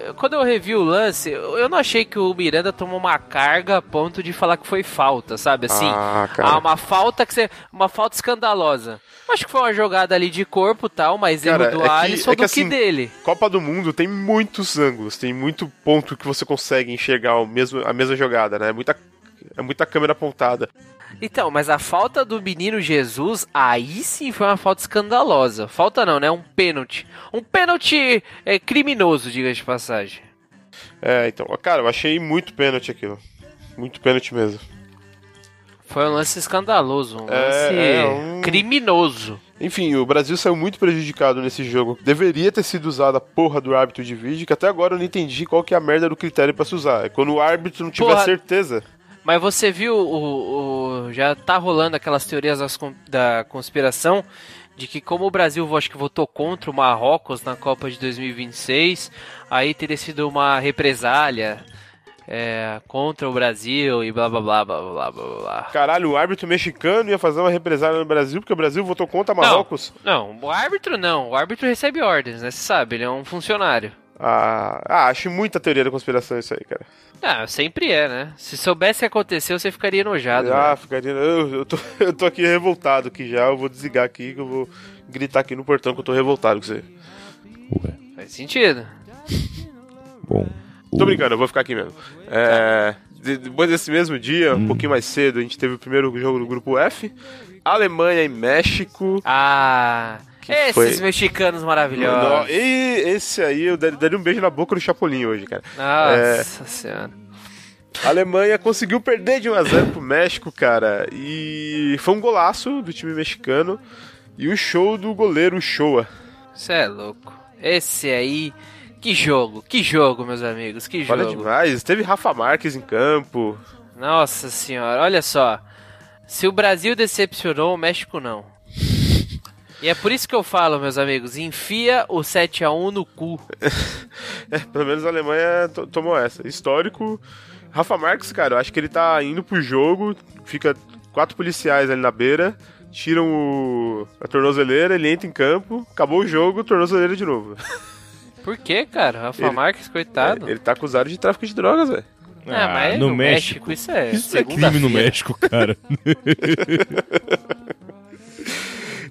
Speaker 2: eu- Quando eu revi o lance, eu eu não achei que o Miranda tomou uma carga a ponto de falar que foi falta, sabe? Assim,
Speaker 1: Ah, cara.
Speaker 2: ah, uma falta que você, uma falta escandalosa. Acho que foi uma jogada ali de corpo, e tal, mas
Speaker 1: Cara,
Speaker 2: erro do
Speaker 1: é que-
Speaker 2: Alisson
Speaker 1: é que
Speaker 2: do
Speaker 1: assim,
Speaker 2: que dele.
Speaker 1: Copa do Mundo tem muitos ângulos, tem muito ponto que você consegue enxergar o mesmo, a mesma jogada, né? É muita, é muita câmera apontada.
Speaker 2: Então, mas a falta do menino Jesus, aí sim foi uma falta escandalosa. Falta não, né? Um pênalti. Um pênalti é, criminoso, diga de passagem.
Speaker 1: É, então, cara, eu achei muito pênalti aquilo. Muito pênalti mesmo.
Speaker 2: Foi um lance escandaloso, um
Speaker 1: É,
Speaker 2: lance
Speaker 1: é um-
Speaker 2: criminoso.
Speaker 1: Enfim, o Brasil saiu muito prejudicado nesse jogo. Deveria ter sido usada a porra do árbitro de vídeo, que até agora eu não entendi qual que é a merda do critério pra se usar. É quando o árbitro não tiver
Speaker 2: Porra.
Speaker 1: certeza.
Speaker 2: Mas você viu o, o- já tá rolando aquelas teorias das con- da conspiração de que como o Brasil vo- acho que votou contra o Marrocos na Copa de 2026, aí teria sido uma represália. é, contra o Brasil e blá blá blá blá blá blá blá.
Speaker 1: Caralho, o árbitro mexicano ia fazer uma represália no Brasil porque o Brasil votou contra Marrocos?
Speaker 2: Não, o árbitro não. O árbitro recebe ordens, né? Você sabe, ele é um funcionário.
Speaker 1: Ah, ah, acho muita teoria da conspiração isso aí, cara.
Speaker 2: Ah, sempre é, né? Se soubesse que aconteceu, você ficaria enojado.
Speaker 1: ah,
Speaker 2: né?
Speaker 1: ficaria. Eu, eu tô, eu tô aqui revoltado aqui já. Eu vou desligar aqui que eu vou gritar aqui no portão que eu tô revoltado com você.
Speaker 3: Ué,
Speaker 2: né, Faz sentido.
Speaker 3: bom.
Speaker 1: Tô
Speaker 3: o-
Speaker 1: brincando, eu vou ficar aqui mesmo. É, de- depois desse mesmo dia, um pouquinho mais cedo, a gente teve o primeiro jogo do grupo F. Alemanha e México.
Speaker 2: Ah, esses
Speaker 1: foi?
Speaker 2: mexicanos
Speaker 1: Mano,
Speaker 2: maravilhosos.
Speaker 1: E esse aí, eu dar- daria um beijo na boca do Chapolin hoje, cara. É,
Speaker 2: Nossa senhora.
Speaker 1: a Alemanha conseguiu perder de 1x0 pro México, cara. E foi um golaço do time mexicano. E o show do goleiro Shoa.
Speaker 2: Você é louco. Esse aí. Que jogo, que jogo, meus amigos, que
Speaker 1: Olha
Speaker 2: jogo.
Speaker 1: demais. Teve Rafa Marques em campo.
Speaker 2: Nossa senhora, olha só. Se o Brasil decepcionou, o México não. E é por isso que eu falo, meus amigos, enfia o 7 a 1 no cu.
Speaker 1: É, pelo menos a Alemanha to- tomou essa. Histórico. Rafa Marques, cara, eu acho que ele tá indo pro jogo, fica quatro policiais ali na beira, tiram o, a tornozeleira, ele entra em campo, acabou o jogo, tornozeleira de novo.
Speaker 2: Por que, cara? Rafa
Speaker 1: Ele-
Speaker 2: Marques, coitado.
Speaker 1: Ele tá acusado de tráfico de drogas, velho.
Speaker 2: Ah, mas
Speaker 3: no
Speaker 2: no México, isso é
Speaker 3: Isso é crime no
Speaker 2: segunda-feira.
Speaker 3: México, cara.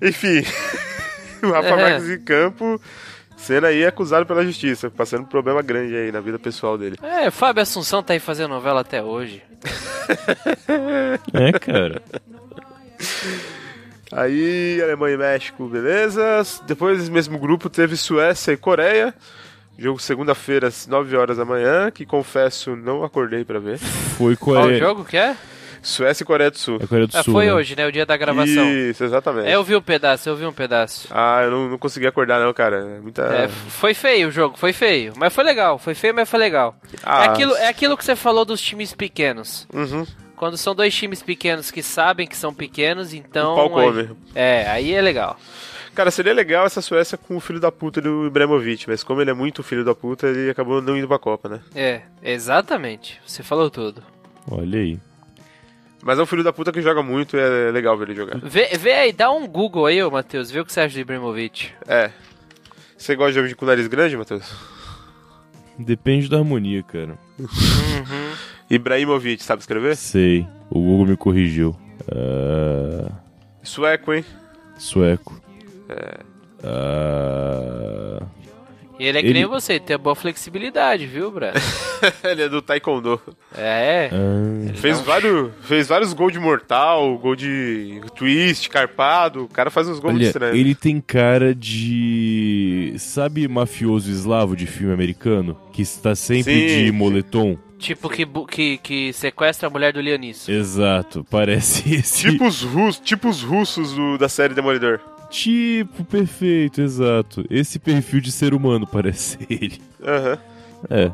Speaker 1: Enfim, o Rafa
Speaker 2: É.
Speaker 1: Marques em campo, sendo aí é acusado pela justiça, passando um problema grande aí na vida pessoal dele.
Speaker 2: É, o Fábio Assunção tá aí fazendo novela até hoje.
Speaker 3: é, cara.
Speaker 1: Aí, Alemanha e México, beleza. Depois desse mesmo grupo teve Suécia e Coreia. Jogo segunda-feira, às 9 horas da manhã, que confesso, não acordei pra ver.
Speaker 3: Foi
Speaker 2: Qual
Speaker 3: Coreia.
Speaker 2: jogo que é?
Speaker 1: Suécia e Coreia do Sul.
Speaker 3: É Coreia do
Speaker 2: Ah,
Speaker 3: Sul.
Speaker 2: foi
Speaker 3: né?
Speaker 2: hoje, né? O dia da gravação.
Speaker 1: Isso, exatamente.
Speaker 2: É, Eu vi um pedaço, eu vi um pedaço.
Speaker 1: Ah, eu não, não consegui acordar não, cara. É Muita...
Speaker 2: É, f- foi feio o jogo, foi feio. Mas foi legal, foi feio, mas foi legal.
Speaker 1: Ah.
Speaker 2: É, aquilo, é aquilo que você falou dos times pequenos.
Speaker 1: Uhum.
Speaker 2: Quando são dois times pequenos que sabem que são pequenos, então.
Speaker 1: O pau come.
Speaker 2: aí- É, aí é legal.
Speaker 1: Cara, seria legal essa Suécia com o filho da puta do Ibrahimovic, mas como ele é muito filho da puta, ele acabou não indo pra Copa, né?
Speaker 2: É, exatamente. Você falou tudo.
Speaker 3: Olha aí.
Speaker 1: Mas é um filho da puta que joga muito e é legal ver ele jogar.
Speaker 2: Vê, vê aí, dá um Google aí, ô Matheus, vê o que você acha do Ibrahimovic.
Speaker 1: É. Você gosta de homem com nariz grande, Matheus?
Speaker 3: Depende da harmonia, cara.
Speaker 1: Ibrahimovic, sabe escrever?
Speaker 3: Sei. O Google me corrigiu. Ah,
Speaker 1: Sueco, hein?
Speaker 3: sueco. Ah,
Speaker 2: E ele é que
Speaker 3: Ele-
Speaker 2: nem você, tem boa flexibilidade, viu, Brad?
Speaker 1: Ele é do Taekwondo.
Speaker 2: É,
Speaker 3: ah,
Speaker 1: Fez, vários, fez vários gols de mortal, gol de twist, carpado. O cara faz uns gols muito
Speaker 3: olha,
Speaker 1: estranhos.
Speaker 3: ele tem cara de. Sabe mafioso eslavo de filme americano? Que está sempre
Speaker 1: Sim.
Speaker 3: de moletom?
Speaker 2: tipo que, bu- que, que sequestra a mulher do Leonício.
Speaker 3: Exato, parece esse.
Speaker 1: Tipo os, russos, tipo os russos do- da série Demolidor.
Speaker 3: Tipo, perfeito, exato. Esse perfil de ser humano parece ele.
Speaker 1: Aham.
Speaker 3: É.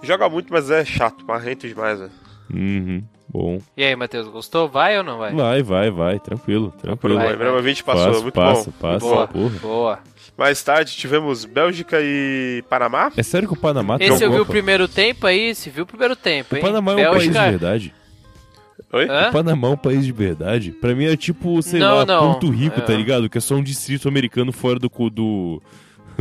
Speaker 1: Joga muito, mas é chato, marrento demais, velho.
Speaker 3: Uhum. Bom.
Speaker 2: E aí, Matheus, gostou? Vai ou não vai?
Speaker 3: Vai, vai, vai, tranquilo, tranquilo.
Speaker 1: O
Speaker 2: Vai,
Speaker 1: Ibrahimovic passou,
Speaker 3: Passa,
Speaker 1: muito
Speaker 3: passa,
Speaker 1: bom.
Speaker 3: passa.
Speaker 2: Boa,
Speaker 3: porra.
Speaker 2: boa.
Speaker 1: Mais tarde tivemos Bélgica e Panamá.
Speaker 3: É sério que o Panamá
Speaker 2: Esse eu
Speaker 3: jogou,
Speaker 2: vi o
Speaker 3: pá?
Speaker 2: primeiro tempo aí, se viu o primeiro tempo,
Speaker 3: O
Speaker 2: hein?
Speaker 3: Panamá é um país de verdade.
Speaker 1: Oi?
Speaker 2: Hã?
Speaker 3: O Panamá é um país de verdade. Pra mim é tipo, sei
Speaker 2: Não,
Speaker 3: lá,
Speaker 2: não.
Speaker 3: Porto Rico, tá
Speaker 2: É.
Speaker 3: ligado? Que é só um distrito americano fora do co- do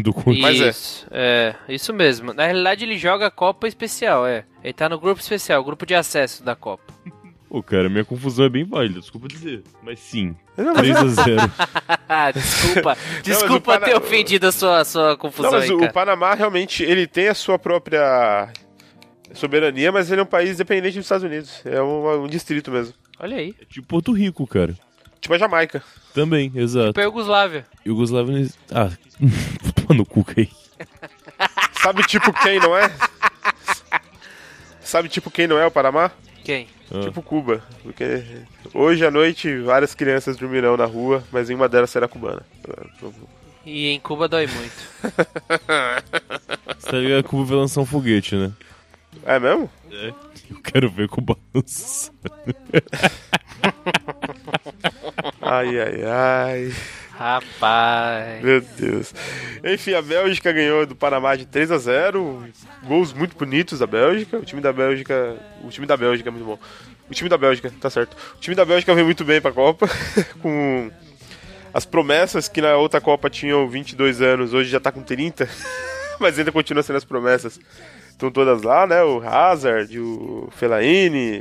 Speaker 3: do continente.
Speaker 1: Mas é.
Speaker 2: Isso, é. isso mesmo. Na realidade, ele joga a Copa Especial, é. Ele tá no grupo especial, grupo de acesso da Copa.
Speaker 3: Pô, cara, minha confusão é bem válida, desculpa dizer. Mas sim,
Speaker 1: Não,
Speaker 3: 3 a 0.
Speaker 2: Ah, desculpa. desculpa
Speaker 1: Pana-
Speaker 2: ter ofendido a sua, sua
Speaker 3: tá
Speaker 2: confusão
Speaker 1: Não, mas
Speaker 2: aí,
Speaker 1: o
Speaker 2: cara.
Speaker 1: Panamá realmente ele tem a sua própria soberania, mas ele é um país dependente dos Estados Unidos. É um, um distrito mesmo.
Speaker 2: Olha aí.
Speaker 3: É tipo Porto Rico, cara.
Speaker 1: Tipo a Jamaica.
Speaker 3: Também, exato.
Speaker 2: Pra Yugoslávia.
Speaker 3: Yugoslávia não existe. Ah, toma no cu, aí.
Speaker 1: Sabe tipo quem não é? Sabe tipo quem não é o Panamá?
Speaker 2: Quem?
Speaker 3: Ah.
Speaker 1: Tipo Cuba. Porque hoje à noite várias crianças dormirão na rua, mas nenhuma delas será cubana.
Speaker 2: E em Cuba dói muito.
Speaker 3: Você tá ligado que o Cuba vai lançar um foguete, né?
Speaker 1: É mesmo?
Speaker 3: Eu quero ver com balança.
Speaker 1: Ai, ai, ai.
Speaker 2: Rapaz.
Speaker 1: Meu Deus. Enfim, a Bélgica ganhou do Panamá de 3 a 0 Gols muito bonitos da Bélgica. O time da Bélgica. O time da Bélgica é muito bom. O time da Bélgica, tá certo. O time da Bélgica veio muito bem pra Copa. com as promessas que na outra Copa tinham 22 anos, hoje já tá com 30. Mas ainda continua sendo as promessas. Estão todas lá, né? O Hazard, o Fellaini,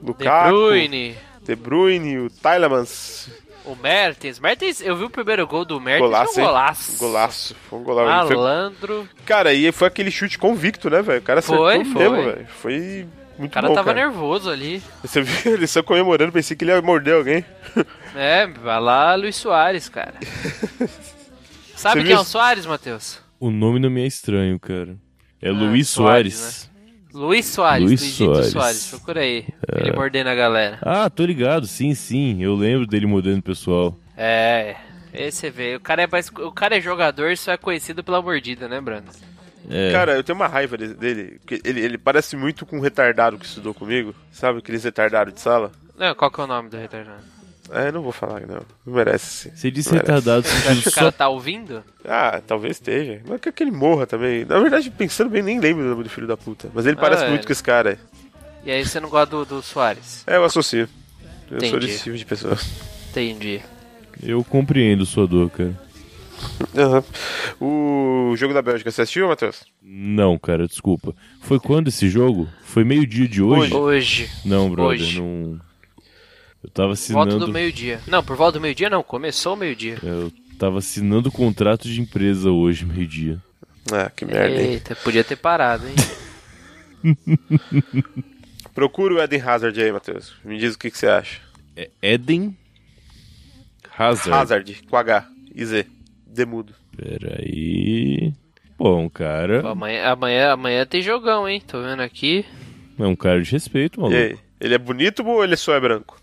Speaker 1: o
Speaker 2: De
Speaker 1: Lukaku,
Speaker 2: Bruyne,
Speaker 1: De Bruyne, o Tielemans.
Speaker 2: o Mertens. Mertens, eu vi o primeiro gol do Mertens,
Speaker 1: Golaço,
Speaker 2: foi
Speaker 1: hein?
Speaker 2: um golaço. Tá
Speaker 1: Golaço. Foi um golaço. Ele foi
Speaker 2: Malandro.
Speaker 1: Cara, e foi aquele chute convicto, né, velho? O cara acertou
Speaker 2: Foi,
Speaker 1: mesmo,
Speaker 2: foi.
Speaker 1: velho. Foi muito
Speaker 2: O cara
Speaker 1: bom,
Speaker 2: tava
Speaker 1: cara.
Speaker 2: nervoso ali.
Speaker 1: Você viu? Ele saiu comemorando, pensei que ele ia morder alguém.
Speaker 2: É, vai lá Luiz Soares, cara.
Speaker 1: Você
Speaker 2: Sabe quem é
Speaker 1: viu
Speaker 2: o Soares, Matheus?
Speaker 3: O nome não me é estranho, cara.
Speaker 2: Ah,
Speaker 3: É Luiz
Speaker 2: Soares,
Speaker 3: Soares.
Speaker 2: né? Luiz Soares,
Speaker 3: Luiz
Speaker 2: do Egito
Speaker 3: Soares.
Speaker 2: Soares. Procura aí.
Speaker 1: É.
Speaker 2: Ele mordendo a galera.
Speaker 3: Ah, tô ligado, sim, sim. Eu lembro dele mudando o pessoal.
Speaker 2: É. Esse você vê. O cara é, mais- o cara é jogador e só é conhecido pela mordida, né, Brando?
Speaker 3: É.
Speaker 1: Cara, eu tenho uma raiva de- dele. porque Ele, ele parece muito com um retardado que estudou comigo. Sabe aqueles retardados de sala?
Speaker 2: Não, qual que é o nome do retardado?
Speaker 1: É, não vou falar, não. Não merece.
Speaker 3: Você disse
Speaker 1: Merece.
Speaker 3: retardado,
Speaker 2: Você acha que
Speaker 3: sentido
Speaker 2: o cara
Speaker 3: só.
Speaker 2: tá ouvindo?
Speaker 1: Ah, talvez esteja. Mas que que ele morra também. Na verdade, pensando bem, nem lembro o nome do filho da puta. Mas ele
Speaker 2: Ah,
Speaker 1: parece
Speaker 2: é.
Speaker 1: muito com esse cara.
Speaker 2: E aí você não gosta do, do Soares?
Speaker 1: É, eu associo. Eu sou
Speaker 2: Entendi.
Speaker 1: desse tipo de pessoa.
Speaker 2: Entendi.
Speaker 3: Eu compreendo sua dor, cara.
Speaker 1: Aham. O jogo da Bélgica, você assistiu, Matheus?
Speaker 3: Não, cara, desculpa. Foi quando esse jogo? Foi meio-dia de hoje?
Speaker 2: Hoje.
Speaker 3: Não, brother,
Speaker 2: Hoje.
Speaker 3: não. Eu tava
Speaker 2: Volta
Speaker 3: assinando. É,
Speaker 2: do meio-dia. Não, por volta do meio-dia não. Começou o meio-dia.
Speaker 3: Eu tava assinando o contrato de empresa hoje, meio-dia.
Speaker 1: Ah, que merda, hein?
Speaker 2: Eita, podia ter parado, hein?
Speaker 1: Procura o Eden Hazard aí, Matheus. Me diz o que, que você acha.
Speaker 3: É Eden Hazard.
Speaker 1: Hazard, com H, e Z. Demudo.
Speaker 3: Peraí. Bom, um
Speaker 2: Pô,
Speaker 3: cara.
Speaker 2: amanhã, amanhã, amanhã tem jogão, hein? Tô vendo aqui.
Speaker 3: É um cara de
Speaker 1: E
Speaker 3: respeito, maluco.
Speaker 1: aí, ele é bonito ou ele só é branco?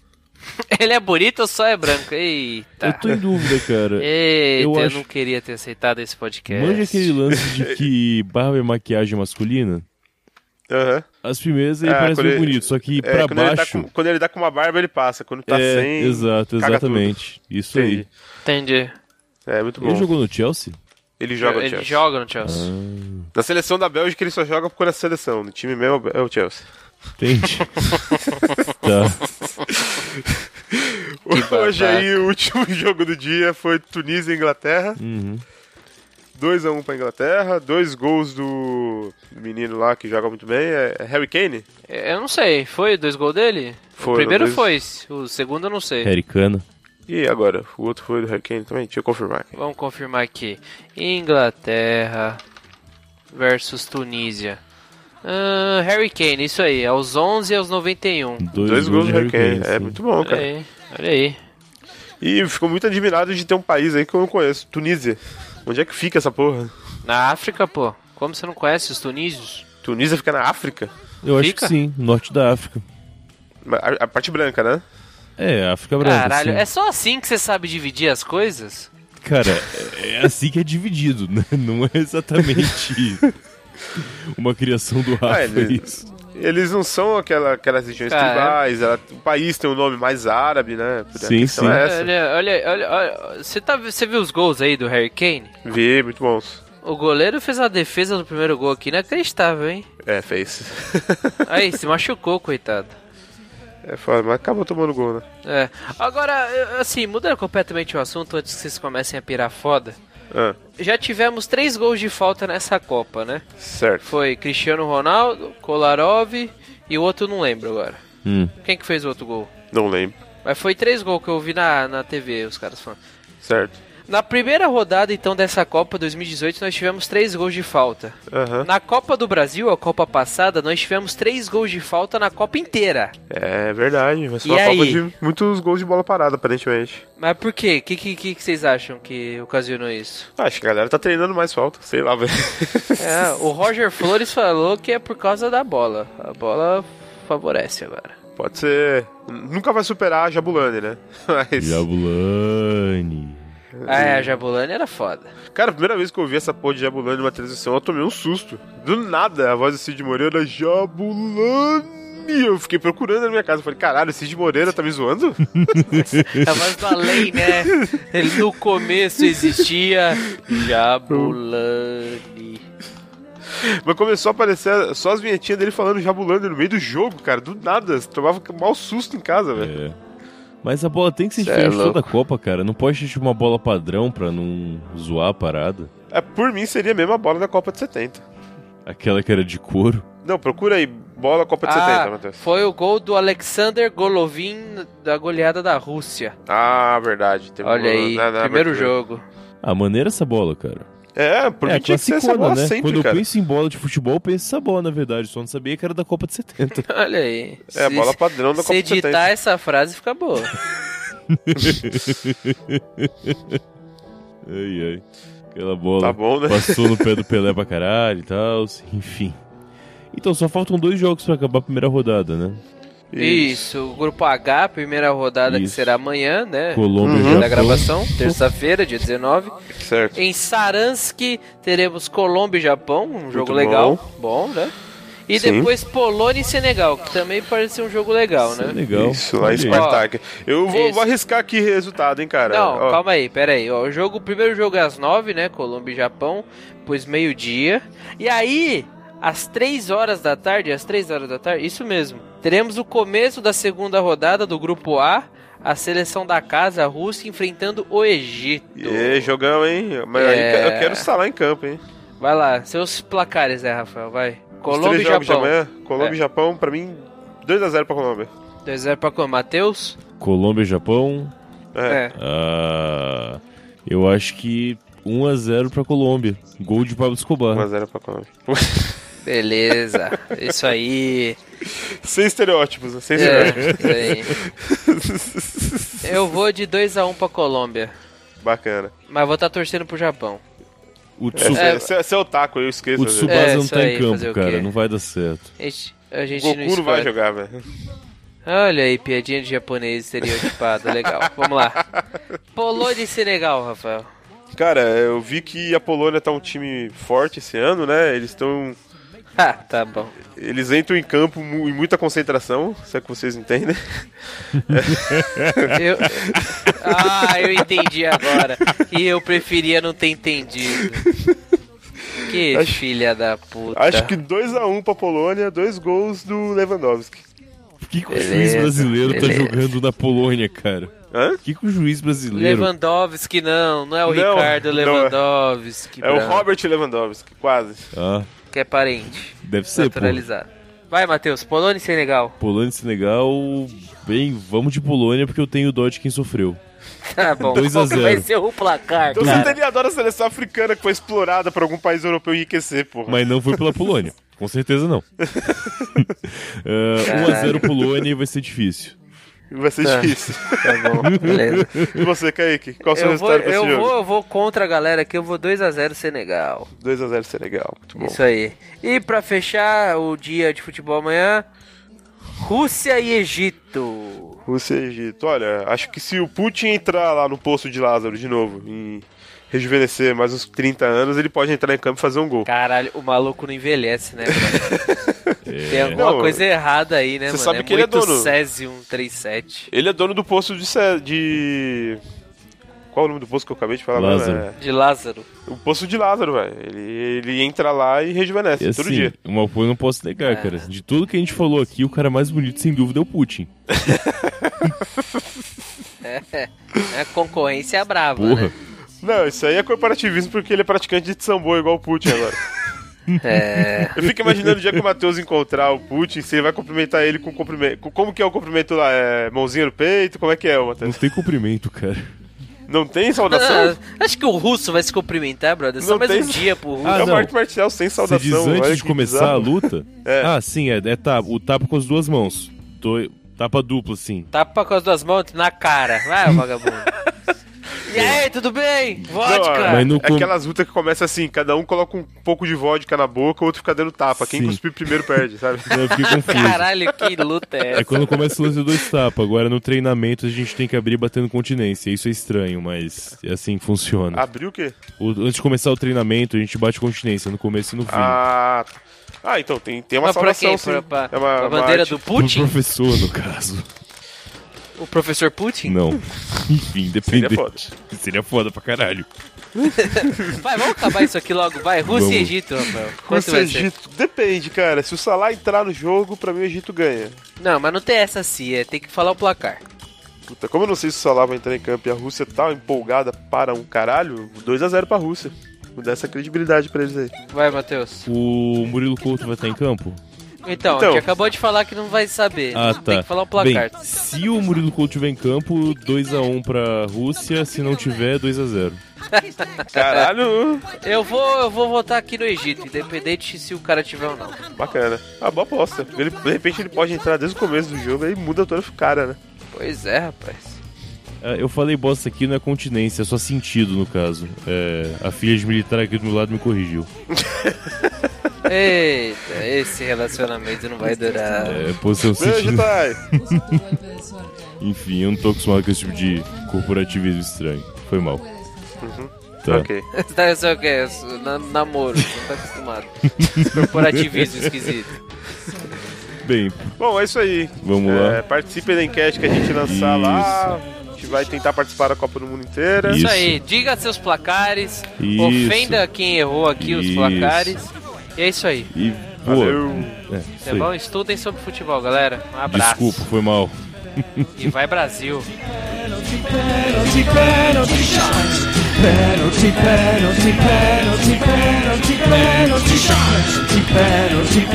Speaker 2: Ele é bonito ou só é branco?
Speaker 3: Eu
Speaker 2: Eita.
Speaker 3: tô em dúvida, cara.
Speaker 2: Eita,
Speaker 3: Eu
Speaker 2: eu,
Speaker 3: acho-
Speaker 2: não queria ter aceitado esse podcast.
Speaker 3: Manja aquele lance de que barba é maquiagem masculina.
Speaker 1: Aham.
Speaker 3: As primeiras ele
Speaker 1: É,
Speaker 3: parece
Speaker 1: quando
Speaker 3: bem
Speaker 1: ele-
Speaker 3: bonito, só que
Speaker 1: É,
Speaker 3: pra
Speaker 1: quando, ele tá
Speaker 3: baixo.
Speaker 1: com, quando ele tá com uma barba, ele passa. Quando tá
Speaker 3: é,
Speaker 1: sem.
Speaker 3: exato,
Speaker 1: caga tudo.
Speaker 3: exatamente. Isso
Speaker 1: Entendi.
Speaker 3: aí.
Speaker 2: Entendi.
Speaker 1: É, muito bom.
Speaker 3: Ele jogou no Chelsea?
Speaker 1: Ele joga
Speaker 2: ele
Speaker 1: no Chelsea.
Speaker 2: joga no Chelsea.
Speaker 3: Ah.
Speaker 1: Na seleção da Bélgica, ele só joga por causa da seleção. No time mesmo é o Chelsea.
Speaker 3: Entendi. tá.
Speaker 1: Hoje
Speaker 2: babaca.
Speaker 1: aí, o último jogo do dia foi Tunísia e Inglaterra.
Speaker 3: Uhum.
Speaker 1: 2x1 pra Inglaterra. Dois gols do do menino lá que joga muito bem. É é Harry Kane?
Speaker 2: Eu não sei, foi dois gols dele?
Speaker 1: Foi,
Speaker 2: o primeiro
Speaker 1: dois-
Speaker 2: foi, o segundo eu não
Speaker 3: É,
Speaker 2: sei.
Speaker 3: Americana.
Speaker 1: E agora? O outro foi do Hurricane também? Deixa eu confirmar.
Speaker 2: Vamos confirmar aqui. Inglaterra versus Tunísia. Ah, Harry Kane, isso aí, aos 11 e aos 91.
Speaker 3: Dois,
Speaker 1: Dois gols
Speaker 3: de
Speaker 1: do Hurricane. É
Speaker 3: sim.
Speaker 1: muito bom,
Speaker 2: Olha
Speaker 1: cara.
Speaker 2: aí, olha aí.
Speaker 1: E ficou muito admirado de ter um país aí que eu não conheço. Tunísia. Onde é que fica essa porra?
Speaker 2: Na África, pô, como você não conhece os tunísios?
Speaker 1: Tunísia fica na África?
Speaker 3: Eu acho
Speaker 2: Fica?
Speaker 3: que sim, norte da África.
Speaker 1: Ma- A, a parte branca, né?
Speaker 3: É, África Branca.
Speaker 2: Caralho,
Speaker 3: sim.
Speaker 2: é só assim que você sabe dividir as coisas?
Speaker 3: Cara, é assim que é dividido, né? Não é exatamente uma criação do Rafa é
Speaker 1: Ah, ele-
Speaker 3: isso.
Speaker 1: Eles não são aquela, aquelas regiões
Speaker 2: Cara, é.
Speaker 1: tribais. ela- o país tem um nome mais árabe, né? Por- a
Speaker 3: Sim,
Speaker 1: questão
Speaker 3: sim.
Speaker 1: É essa.
Speaker 2: Olha, olha, olha, olha, você, tá, você viu os gols aí do Harry Kane?
Speaker 1: Vi, muito bons.
Speaker 2: O goleiro fez a defesa do primeiro gol aqui inacreditável, hein?
Speaker 1: É, fez.
Speaker 2: Aí, se machucou, coitado.
Speaker 1: é foda, mas acabou tomando gol, né?
Speaker 2: É. Agora, eu- assim, mudando completamente o assunto antes que vocês comecem a pirar foda.
Speaker 1: Ah,
Speaker 2: Já tivemos três gols de falta nessa Copa, né?
Speaker 1: certo.
Speaker 2: Foi Cristiano Ronaldo, Kolarov e o outro não lembro agora.
Speaker 3: Hum.
Speaker 2: Quem que fez o outro gol?
Speaker 1: Não lembro.
Speaker 2: Mas foi três gols que eu vi na, na TV, os caras falando.
Speaker 1: Certo.
Speaker 2: Na primeira rodada, então, dessa Copa 2018, nós tivemos três gols de falta.
Speaker 1: Aham.
Speaker 2: Na Copa do Brasil, a Copa passada, nós tivemos três gols de falta na Copa inteira.
Speaker 1: É verdade. Vai ser
Speaker 2: E
Speaker 1: uma Copa
Speaker 2: aí?
Speaker 1: de muitos gols de bola parada, aparentemente.
Speaker 2: Mas por quê? O que, que, que que vocês acham que ocasionou isso?
Speaker 1: Acho que a galera tá treinando mais falta, sei lá, velho.
Speaker 2: É, o Roger Flores falou que é por causa da bola. A bola favorece agora.
Speaker 1: Pode ser. Nunca vai superar a Jabulani, né? Mas.
Speaker 3: Jabulani.
Speaker 2: Ah, é, a Jabulani era foda.
Speaker 1: Cara, a primeira vez que eu ouvi essa porra de Jabulani numa transmissão, eu tomei um susto. Do nada, a voz do Cid Moreira, Jabulani! sumia. Eu fiquei procurando na minha casa. Eu falei, caralho, o Cid Moreira tá me zoando?
Speaker 2: É a voz do além, né? Ele no começo existia Jabulani.
Speaker 1: Mas começou a aparecer só as vinhetinhas dele falando jabulando no meio do jogo, cara. Do nada. Você tomava mal susto em casa, velho.
Speaker 3: É. Mas a bola tem que ser
Speaker 2: Cê é
Speaker 3: diferente toda a
Speaker 2: louco.
Speaker 3: Copa, cara. Não pode existir uma bola padrão pra não zoar a parada.
Speaker 1: É, por mim, seria mesmo a bola da Copa de 70.
Speaker 3: Aquela que era de couro.
Speaker 1: Não, procura aí. Bola Copa de 70,
Speaker 2: Ah,
Speaker 1: Matheus.
Speaker 2: foi o gol do Alexander Golovin da goleada da Rússia.
Speaker 1: Ah, verdade. Teve
Speaker 2: Olha
Speaker 1: um-
Speaker 2: aí,
Speaker 1: na- na
Speaker 2: primeiro
Speaker 1: abertura.
Speaker 2: jogo.
Speaker 3: Ah, maneira essa bola, cara.
Speaker 1: É, por mim
Speaker 3: é,
Speaker 1: tinha que ser essa
Speaker 3: classicona,
Speaker 1: bola
Speaker 3: né?
Speaker 1: sempre,
Speaker 3: Quando
Speaker 1: cara.
Speaker 3: eu penso em bola de futebol, eu penso nessa bola, na verdade. Só não sabia que era da Copa de 70.
Speaker 2: Olha aí.
Speaker 1: É, a bola padrão da
Speaker 2: se
Speaker 1: Copa de 70.
Speaker 2: editar é essa frase, fica boa.
Speaker 3: ai, ai. Aquela bola.
Speaker 1: Tá bom, né?
Speaker 3: Passou no pé do Pelé pra caralho e tal, enfim. Então, só faltam dois jogos pra acabar a primeira rodada, né?
Speaker 2: Isso, o grupo H, primeira rodada que
Speaker 3: Isso.
Speaker 2: será amanhã, né?
Speaker 3: Colômbia
Speaker 1: Uhum.
Speaker 3: já.
Speaker 2: Da gravação, terça-feira, dia 19.
Speaker 1: Certo.
Speaker 2: Em Saransk teremos Colômbia e Japão, um jogo
Speaker 1: bom.
Speaker 2: legal, bom, né? E
Speaker 1: Sim.
Speaker 2: depois Polônia e Senegal, que também parece ser um jogo legal,
Speaker 3: Isso é
Speaker 2: né?
Speaker 3: legal.
Speaker 1: Isso, lá em
Speaker 3: Olha aí.
Speaker 1: Spartak. Eu vou,
Speaker 2: Isso.
Speaker 1: vou arriscar aqui resultado, hein, cara.
Speaker 2: Não,
Speaker 1: Ó,
Speaker 2: calma aí, pera aí. Ó, o, jogo, o primeiro jogo é às 9, né? Colômbia e Japão, pois meio-dia. E aí, às 3 horas da tarde, às 3 horas da tarde, isso mesmo. Teremos o começo da segunda rodada do grupo A, a seleção da casa, a Rússia, enfrentando o Egito.
Speaker 1: E jogão, hein? Mas
Speaker 2: É.
Speaker 1: aí eu quero estar lá em campo, hein?
Speaker 2: Vai lá, seus placares, né, Rafael? Vai.
Speaker 1: Os
Speaker 2: Colômbia e
Speaker 1: três jogos
Speaker 2: Japão. É.
Speaker 1: de amanhã, Colômbia e Japão, pra mim, 2x0 pra Colômbia.
Speaker 2: 2x0 pra qual? Matheus?
Speaker 3: Colômbia e Japão.
Speaker 1: É.
Speaker 3: Ah, eu acho que 1x0 pra Colômbia. Gol de Pablo Escobar.
Speaker 1: 1x0 pra Colômbia.
Speaker 2: Beleza. Isso aí.
Speaker 1: Sem estereótipos, né? Sem estereótipos.
Speaker 2: É, isso aí. Eu vou de 2x1 pra Colômbia.
Speaker 1: Bacana.
Speaker 2: Mas vou estar torcendo pro Japão.
Speaker 3: O,
Speaker 1: É,
Speaker 3: Tsu,
Speaker 2: É.
Speaker 1: Você é, o taco, eu esqueço.
Speaker 3: o
Speaker 1: velho.
Speaker 3: Tsubasa
Speaker 2: É,
Speaker 3: não
Speaker 2: isso
Speaker 3: tá
Speaker 2: aí,
Speaker 3: em
Speaker 2: fazer
Speaker 3: campo,
Speaker 2: o quê?
Speaker 3: cara. Não vai dar certo.
Speaker 2: A gente, É, a gente não
Speaker 1: Goku não vai
Speaker 2: escolhe.
Speaker 1: jogar, velho.
Speaker 2: Olha aí, piadinha de japonês estereotipado. Legal. Vamos lá. Polônia e Senegal, Rafael.
Speaker 1: Cara, eu vi que a Polônia tá um time forte esse ano, né? Eles estão.
Speaker 2: Ah, tá bom.
Speaker 1: Eles entram em campo mu- em muita concentração, se é que vocês entendem.
Speaker 2: Eu... Ah, eu entendi agora. E eu preferia não ter entendido. Que
Speaker 1: Acho-
Speaker 2: filha da puta.
Speaker 1: Acho que 2x1 pra Polônia, dois gols do Lewandowski.
Speaker 3: Por que, que o
Speaker 2: Beleza,
Speaker 3: juiz brasileiro tá
Speaker 2: beleza.
Speaker 3: jogando na Polônia, cara?
Speaker 1: Hã?
Speaker 3: Por que, que o juiz brasileiro.
Speaker 2: Lewandowski não, não é o
Speaker 1: Não,
Speaker 2: Ricardo
Speaker 1: não é.
Speaker 2: Lewandowski.
Speaker 1: É o
Speaker 2: branco,
Speaker 1: Robert Lewandowski, quase.
Speaker 3: Ah,
Speaker 2: Que é parente.
Speaker 3: deve ser, pô.
Speaker 2: Naturalizado. Vai, Matheus. Polônia e Senegal.
Speaker 3: Polônia e Senegal. Bem, vamos de Polônia porque eu tenho dó de quem sofreu.
Speaker 2: Tá bom.
Speaker 3: Dois a
Speaker 2: Qual que vai
Speaker 3: zero.
Speaker 2: ser o placar, Tá
Speaker 1: Então
Speaker 2: cara?
Speaker 1: você teria adora a seleção africana que foi explorada por algum país europeu enriquecer, porra.
Speaker 3: Mas não foi pela Polônia. Com certeza não. É,
Speaker 2: Caralho.
Speaker 3: 1x0 Polônia e vai ser difícil.
Speaker 1: Vai ser
Speaker 2: Tá.
Speaker 1: difícil.
Speaker 2: Tá bom, beleza.
Speaker 1: E você, Kaique? Qual o seu
Speaker 2: Eu vou,
Speaker 1: resultado pra esse
Speaker 2: eu,
Speaker 1: jogo?
Speaker 2: vou, eu vou contra a galera aqui, eu vou 2x0 Senegal.
Speaker 1: 2x0 Senegal, muito bom.
Speaker 2: Isso aí. E pra fechar o dia de futebol amanhã, Rússia e Egito.
Speaker 1: Rússia e Egito. Olha, acho que se o Putin entrar lá no poço de Lázaro de novo e rejuvenescer mais uns 30 anos, ele pode entrar em campo e fazer um gol.
Speaker 2: Caralho, o maluco não envelhece, né? mano?
Speaker 3: É,
Speaker 2: Tem alguma
Speaker 1: É. Não,
Speaker 2: coisa errada aí, né,
Speaker 1: você
Speaker 2: mano?
Speaker 1: sabe
Speaker 2: é
Speaker 1: que ele é
Speaker 2: muito um
Speaker 1: dono.
Speaker 2: Cesium 37
Speaker 1: Ele é dono do poço de. Cé- de... Qual é o nome do poço que eu acabei de falar? agora?
Speaker 3: Lázaro.
Speaker 1: É,
Speaker 2: de Lázaro.
Speaker 1: O poço de Lázaro, velho. Ele, ele entra lá e rejuvenesce
Speaker 3: E
Speaker 1: todo
Speaker 3: assim,
Speaker 1: dia.
Speaker 3: uma coisa eu não posso negar, cara.
Speaker 2: É.
Speaker 3: De tudo que a gente falou aqui, o cara mais bonito, sem dúvida, é o Putin.
Speaker 2: A concorrência é brava,
Speaker 3: Porra.
Speaker 2: né?
Speaker 1: Não, isso aí é corporativismo porque ele é praticante de sambo igual o Putin agora.
Speaker 2: É.
Speaker 1: Eu fico imaginando o dia que o Matheus encontrar o Putin, se ele vai cumprimentar ele com cumprimento. com- Como que é o cumprimento lá? É mãozinha no peito? Como é que é, ô,
Speaker 3: Não
Speaker 1: Matheus?
Speaker 3: tem cumprimento, cara.
Speaker 1: Não tem saudação? É
Speaker 2: Ah, acho que o russo vai se cumprimentar, brother. Só
Speaker 1: Não
Speaker 2: mais
Speaker 1: tem-
Speaker 2: um dia pro russo.
Speaker 3: Ah,
Speaker 1: é uma
Speaker 3: não.
Speaker 1: arte marcial sem
Speaker 3: Você
Speaker 1: saudação.
Speaker 3: diz antes
Speaker 1: olha
Speaker 3: de
Speaker 1: que
Speaker 3: começar
Speaker 1: bizarro.
Speaker 3: a luta?
Speaker 1: É.
Speaker 3: Ah, sim, é, é tapa. O tapa com as duas mãos. Do- Tapa duplo, assim.
Speaker 2: Tapa com as duas mãos na cara. Vai, vagabundo. e aí, tudo bem? Vodka!
Speaker 1: Não,
Speaker 3: Mas não
Speaker 1: é
Speaker 3: com-
Speaker 1: aquelas lutas que começam assim, cada um coloca um pouco de vodka na boca, o outro fica dando tapa. Quem
Speaker 3: Sim.
Speaker 1: cuspir primeiro perde, sabe?
Speaker 3: Eu fiquei confuso.
Speaker 2: Caralho, que luta é
Speaker 3: É
Speaker 2: essa?
Speaker 3: quando começa o lance do dois tapas. Agora no treinamento a gente tem que abrir batendo continência. Isso é estranho, mas é assim que
Speaker 1: Ah.
Speaker 3: funciona.
Speaker 1: Abriu o quê?
Speaker 3: O- antes de começar o treinamento, a gente bate continência no começo e no fim.
Speaker 1: Ah, Ah, então tem, tem uma
Speaker 2: Mas pra
Speaker 1: salvação,
Speaker 2: quem?
Speaker 1: sim.
Speaker 2: Pra, pra-
Speaker 1: é uma,
Speaker 2: pra
Speaker 1: uma
Speaker 2: bandeira
Speaker 1: arte-
Speaker 2: do
Speaker 3: Pro
Speaker 2: Putin?
Speaker 3: professor, no caso.
Speaker 2: O professor Putin?
Speaker 3: Não. Enfim,
Speaker 1: Seria
Speaker 3: independente.
Speaker 1: é foda.
Speaker 3: Seria foda pra caralho.
Speaker 2: Vai, vamos acabar isso aqui logo. Vai, Rússia
Speaker 3: Vamos.
Speaker 2: e Egito, Rafael. Quanto
Speaker 1: Rússia e
Speaker 2: vai ser?
Speaker 1: é Egito. Depende, cara. Se o Salah entrar no jogo, pra mim o Egito ganha.
Speaker 2: Não, mas não tem essa assim, é, tem que falar o placar.
Speaker 1: Puta, como eu não sei se o Salah vai entrar em campo e a Rússia tá empolgada para um caralho, 2x0 pra Rússia. Vou dar essa credibilidade pra eles aí.
Speaker 2: Vai, Matheus.
Speaker 3: O Murilo Couto vai estar em campo?
Speaker 2: Então,
Speaker 1: Então.
Speaker 2: que acabou de falar que não vai saber.
Speaker 3: Ah,
Speaker 2: Tem
Speaker 3: tá.
Speaker 2: que falar o
Speaker 3: Bem,
Speaker 2: placar.
Speaker 3: se o Murilo Couto tiver em campo, 2x1 pra Rússia. Se não tiver, 2x0.
Speaker 1: Caralho!
Speaker 2: Eu vou, eu vou votar aqui no Egito, independente se o cara tiver ou não.
Speaker 1: Bacana. Ah, boa aposta. Porque ele- de repente ele pode entrar desde o começo do jogo e muda todo o cara, né?
Speaker 2: Pois é, rapaz.
Speaker 3: Ah, Eu falei bosta aqui, não é continência, é só sentido, no caso. É, a filha de militar aqui do meu lado me corrigiu.
Speaker 2: Eita, esse relacionamento não vai durar.
Speaker 3: É, posição
Speaker 1: Beijo, tá?
Speaker 3: sentido.
Speaker 1: Thay!
Speaker 3: Enfim, eu não tô acostumado com esse tipo de corporativismo estranho. Foi mal. Tá.
Speaker 1: Uhum. Ok.
Speaker 2: Você tá só o quê? Na- namoro, você não tá acostumado. Corporativismo esquisito.
Speaker 3: Bem,
Speaker 1: Bom, é isso aí.
Speaker 3: Vamos
Speaker 1: É,
Speaker 3: lá.
Speaker 1: participem da enquete que a gente lançar
Speaker 3: Isso.
Speaker 1: lá. A gente vai tentar participar da Copa do Mundo inteira.
Speaker 2: Isso
Speaker 3: Isso.
Speaker 2: aí, diga seus placares,
Speaker 3: Isso.
Speaker 2: ofenda quem errou aqui os
Speaker 3: Isso.
Speaker 2: placares. E é isso aí.
Speaker 3: e
Speaker 1: Valeu.
Speaker 3: boa. É, isso
Speaker 2: Tá
Speaker 3: aí.
Speaker 2: bom? Estudem sobre futebol, galera. Um abraço.
Speaker 3: Desculpa, foi mal.
Speaker 2: E vai Brasil.
Speaker 4: Penalty, penalty shot. Penalty, penalty, penalty, penalty, penalty shot. Penalty,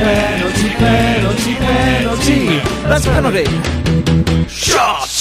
Speaker 4: penalty, penalty, penalty. That's penalty. Shot.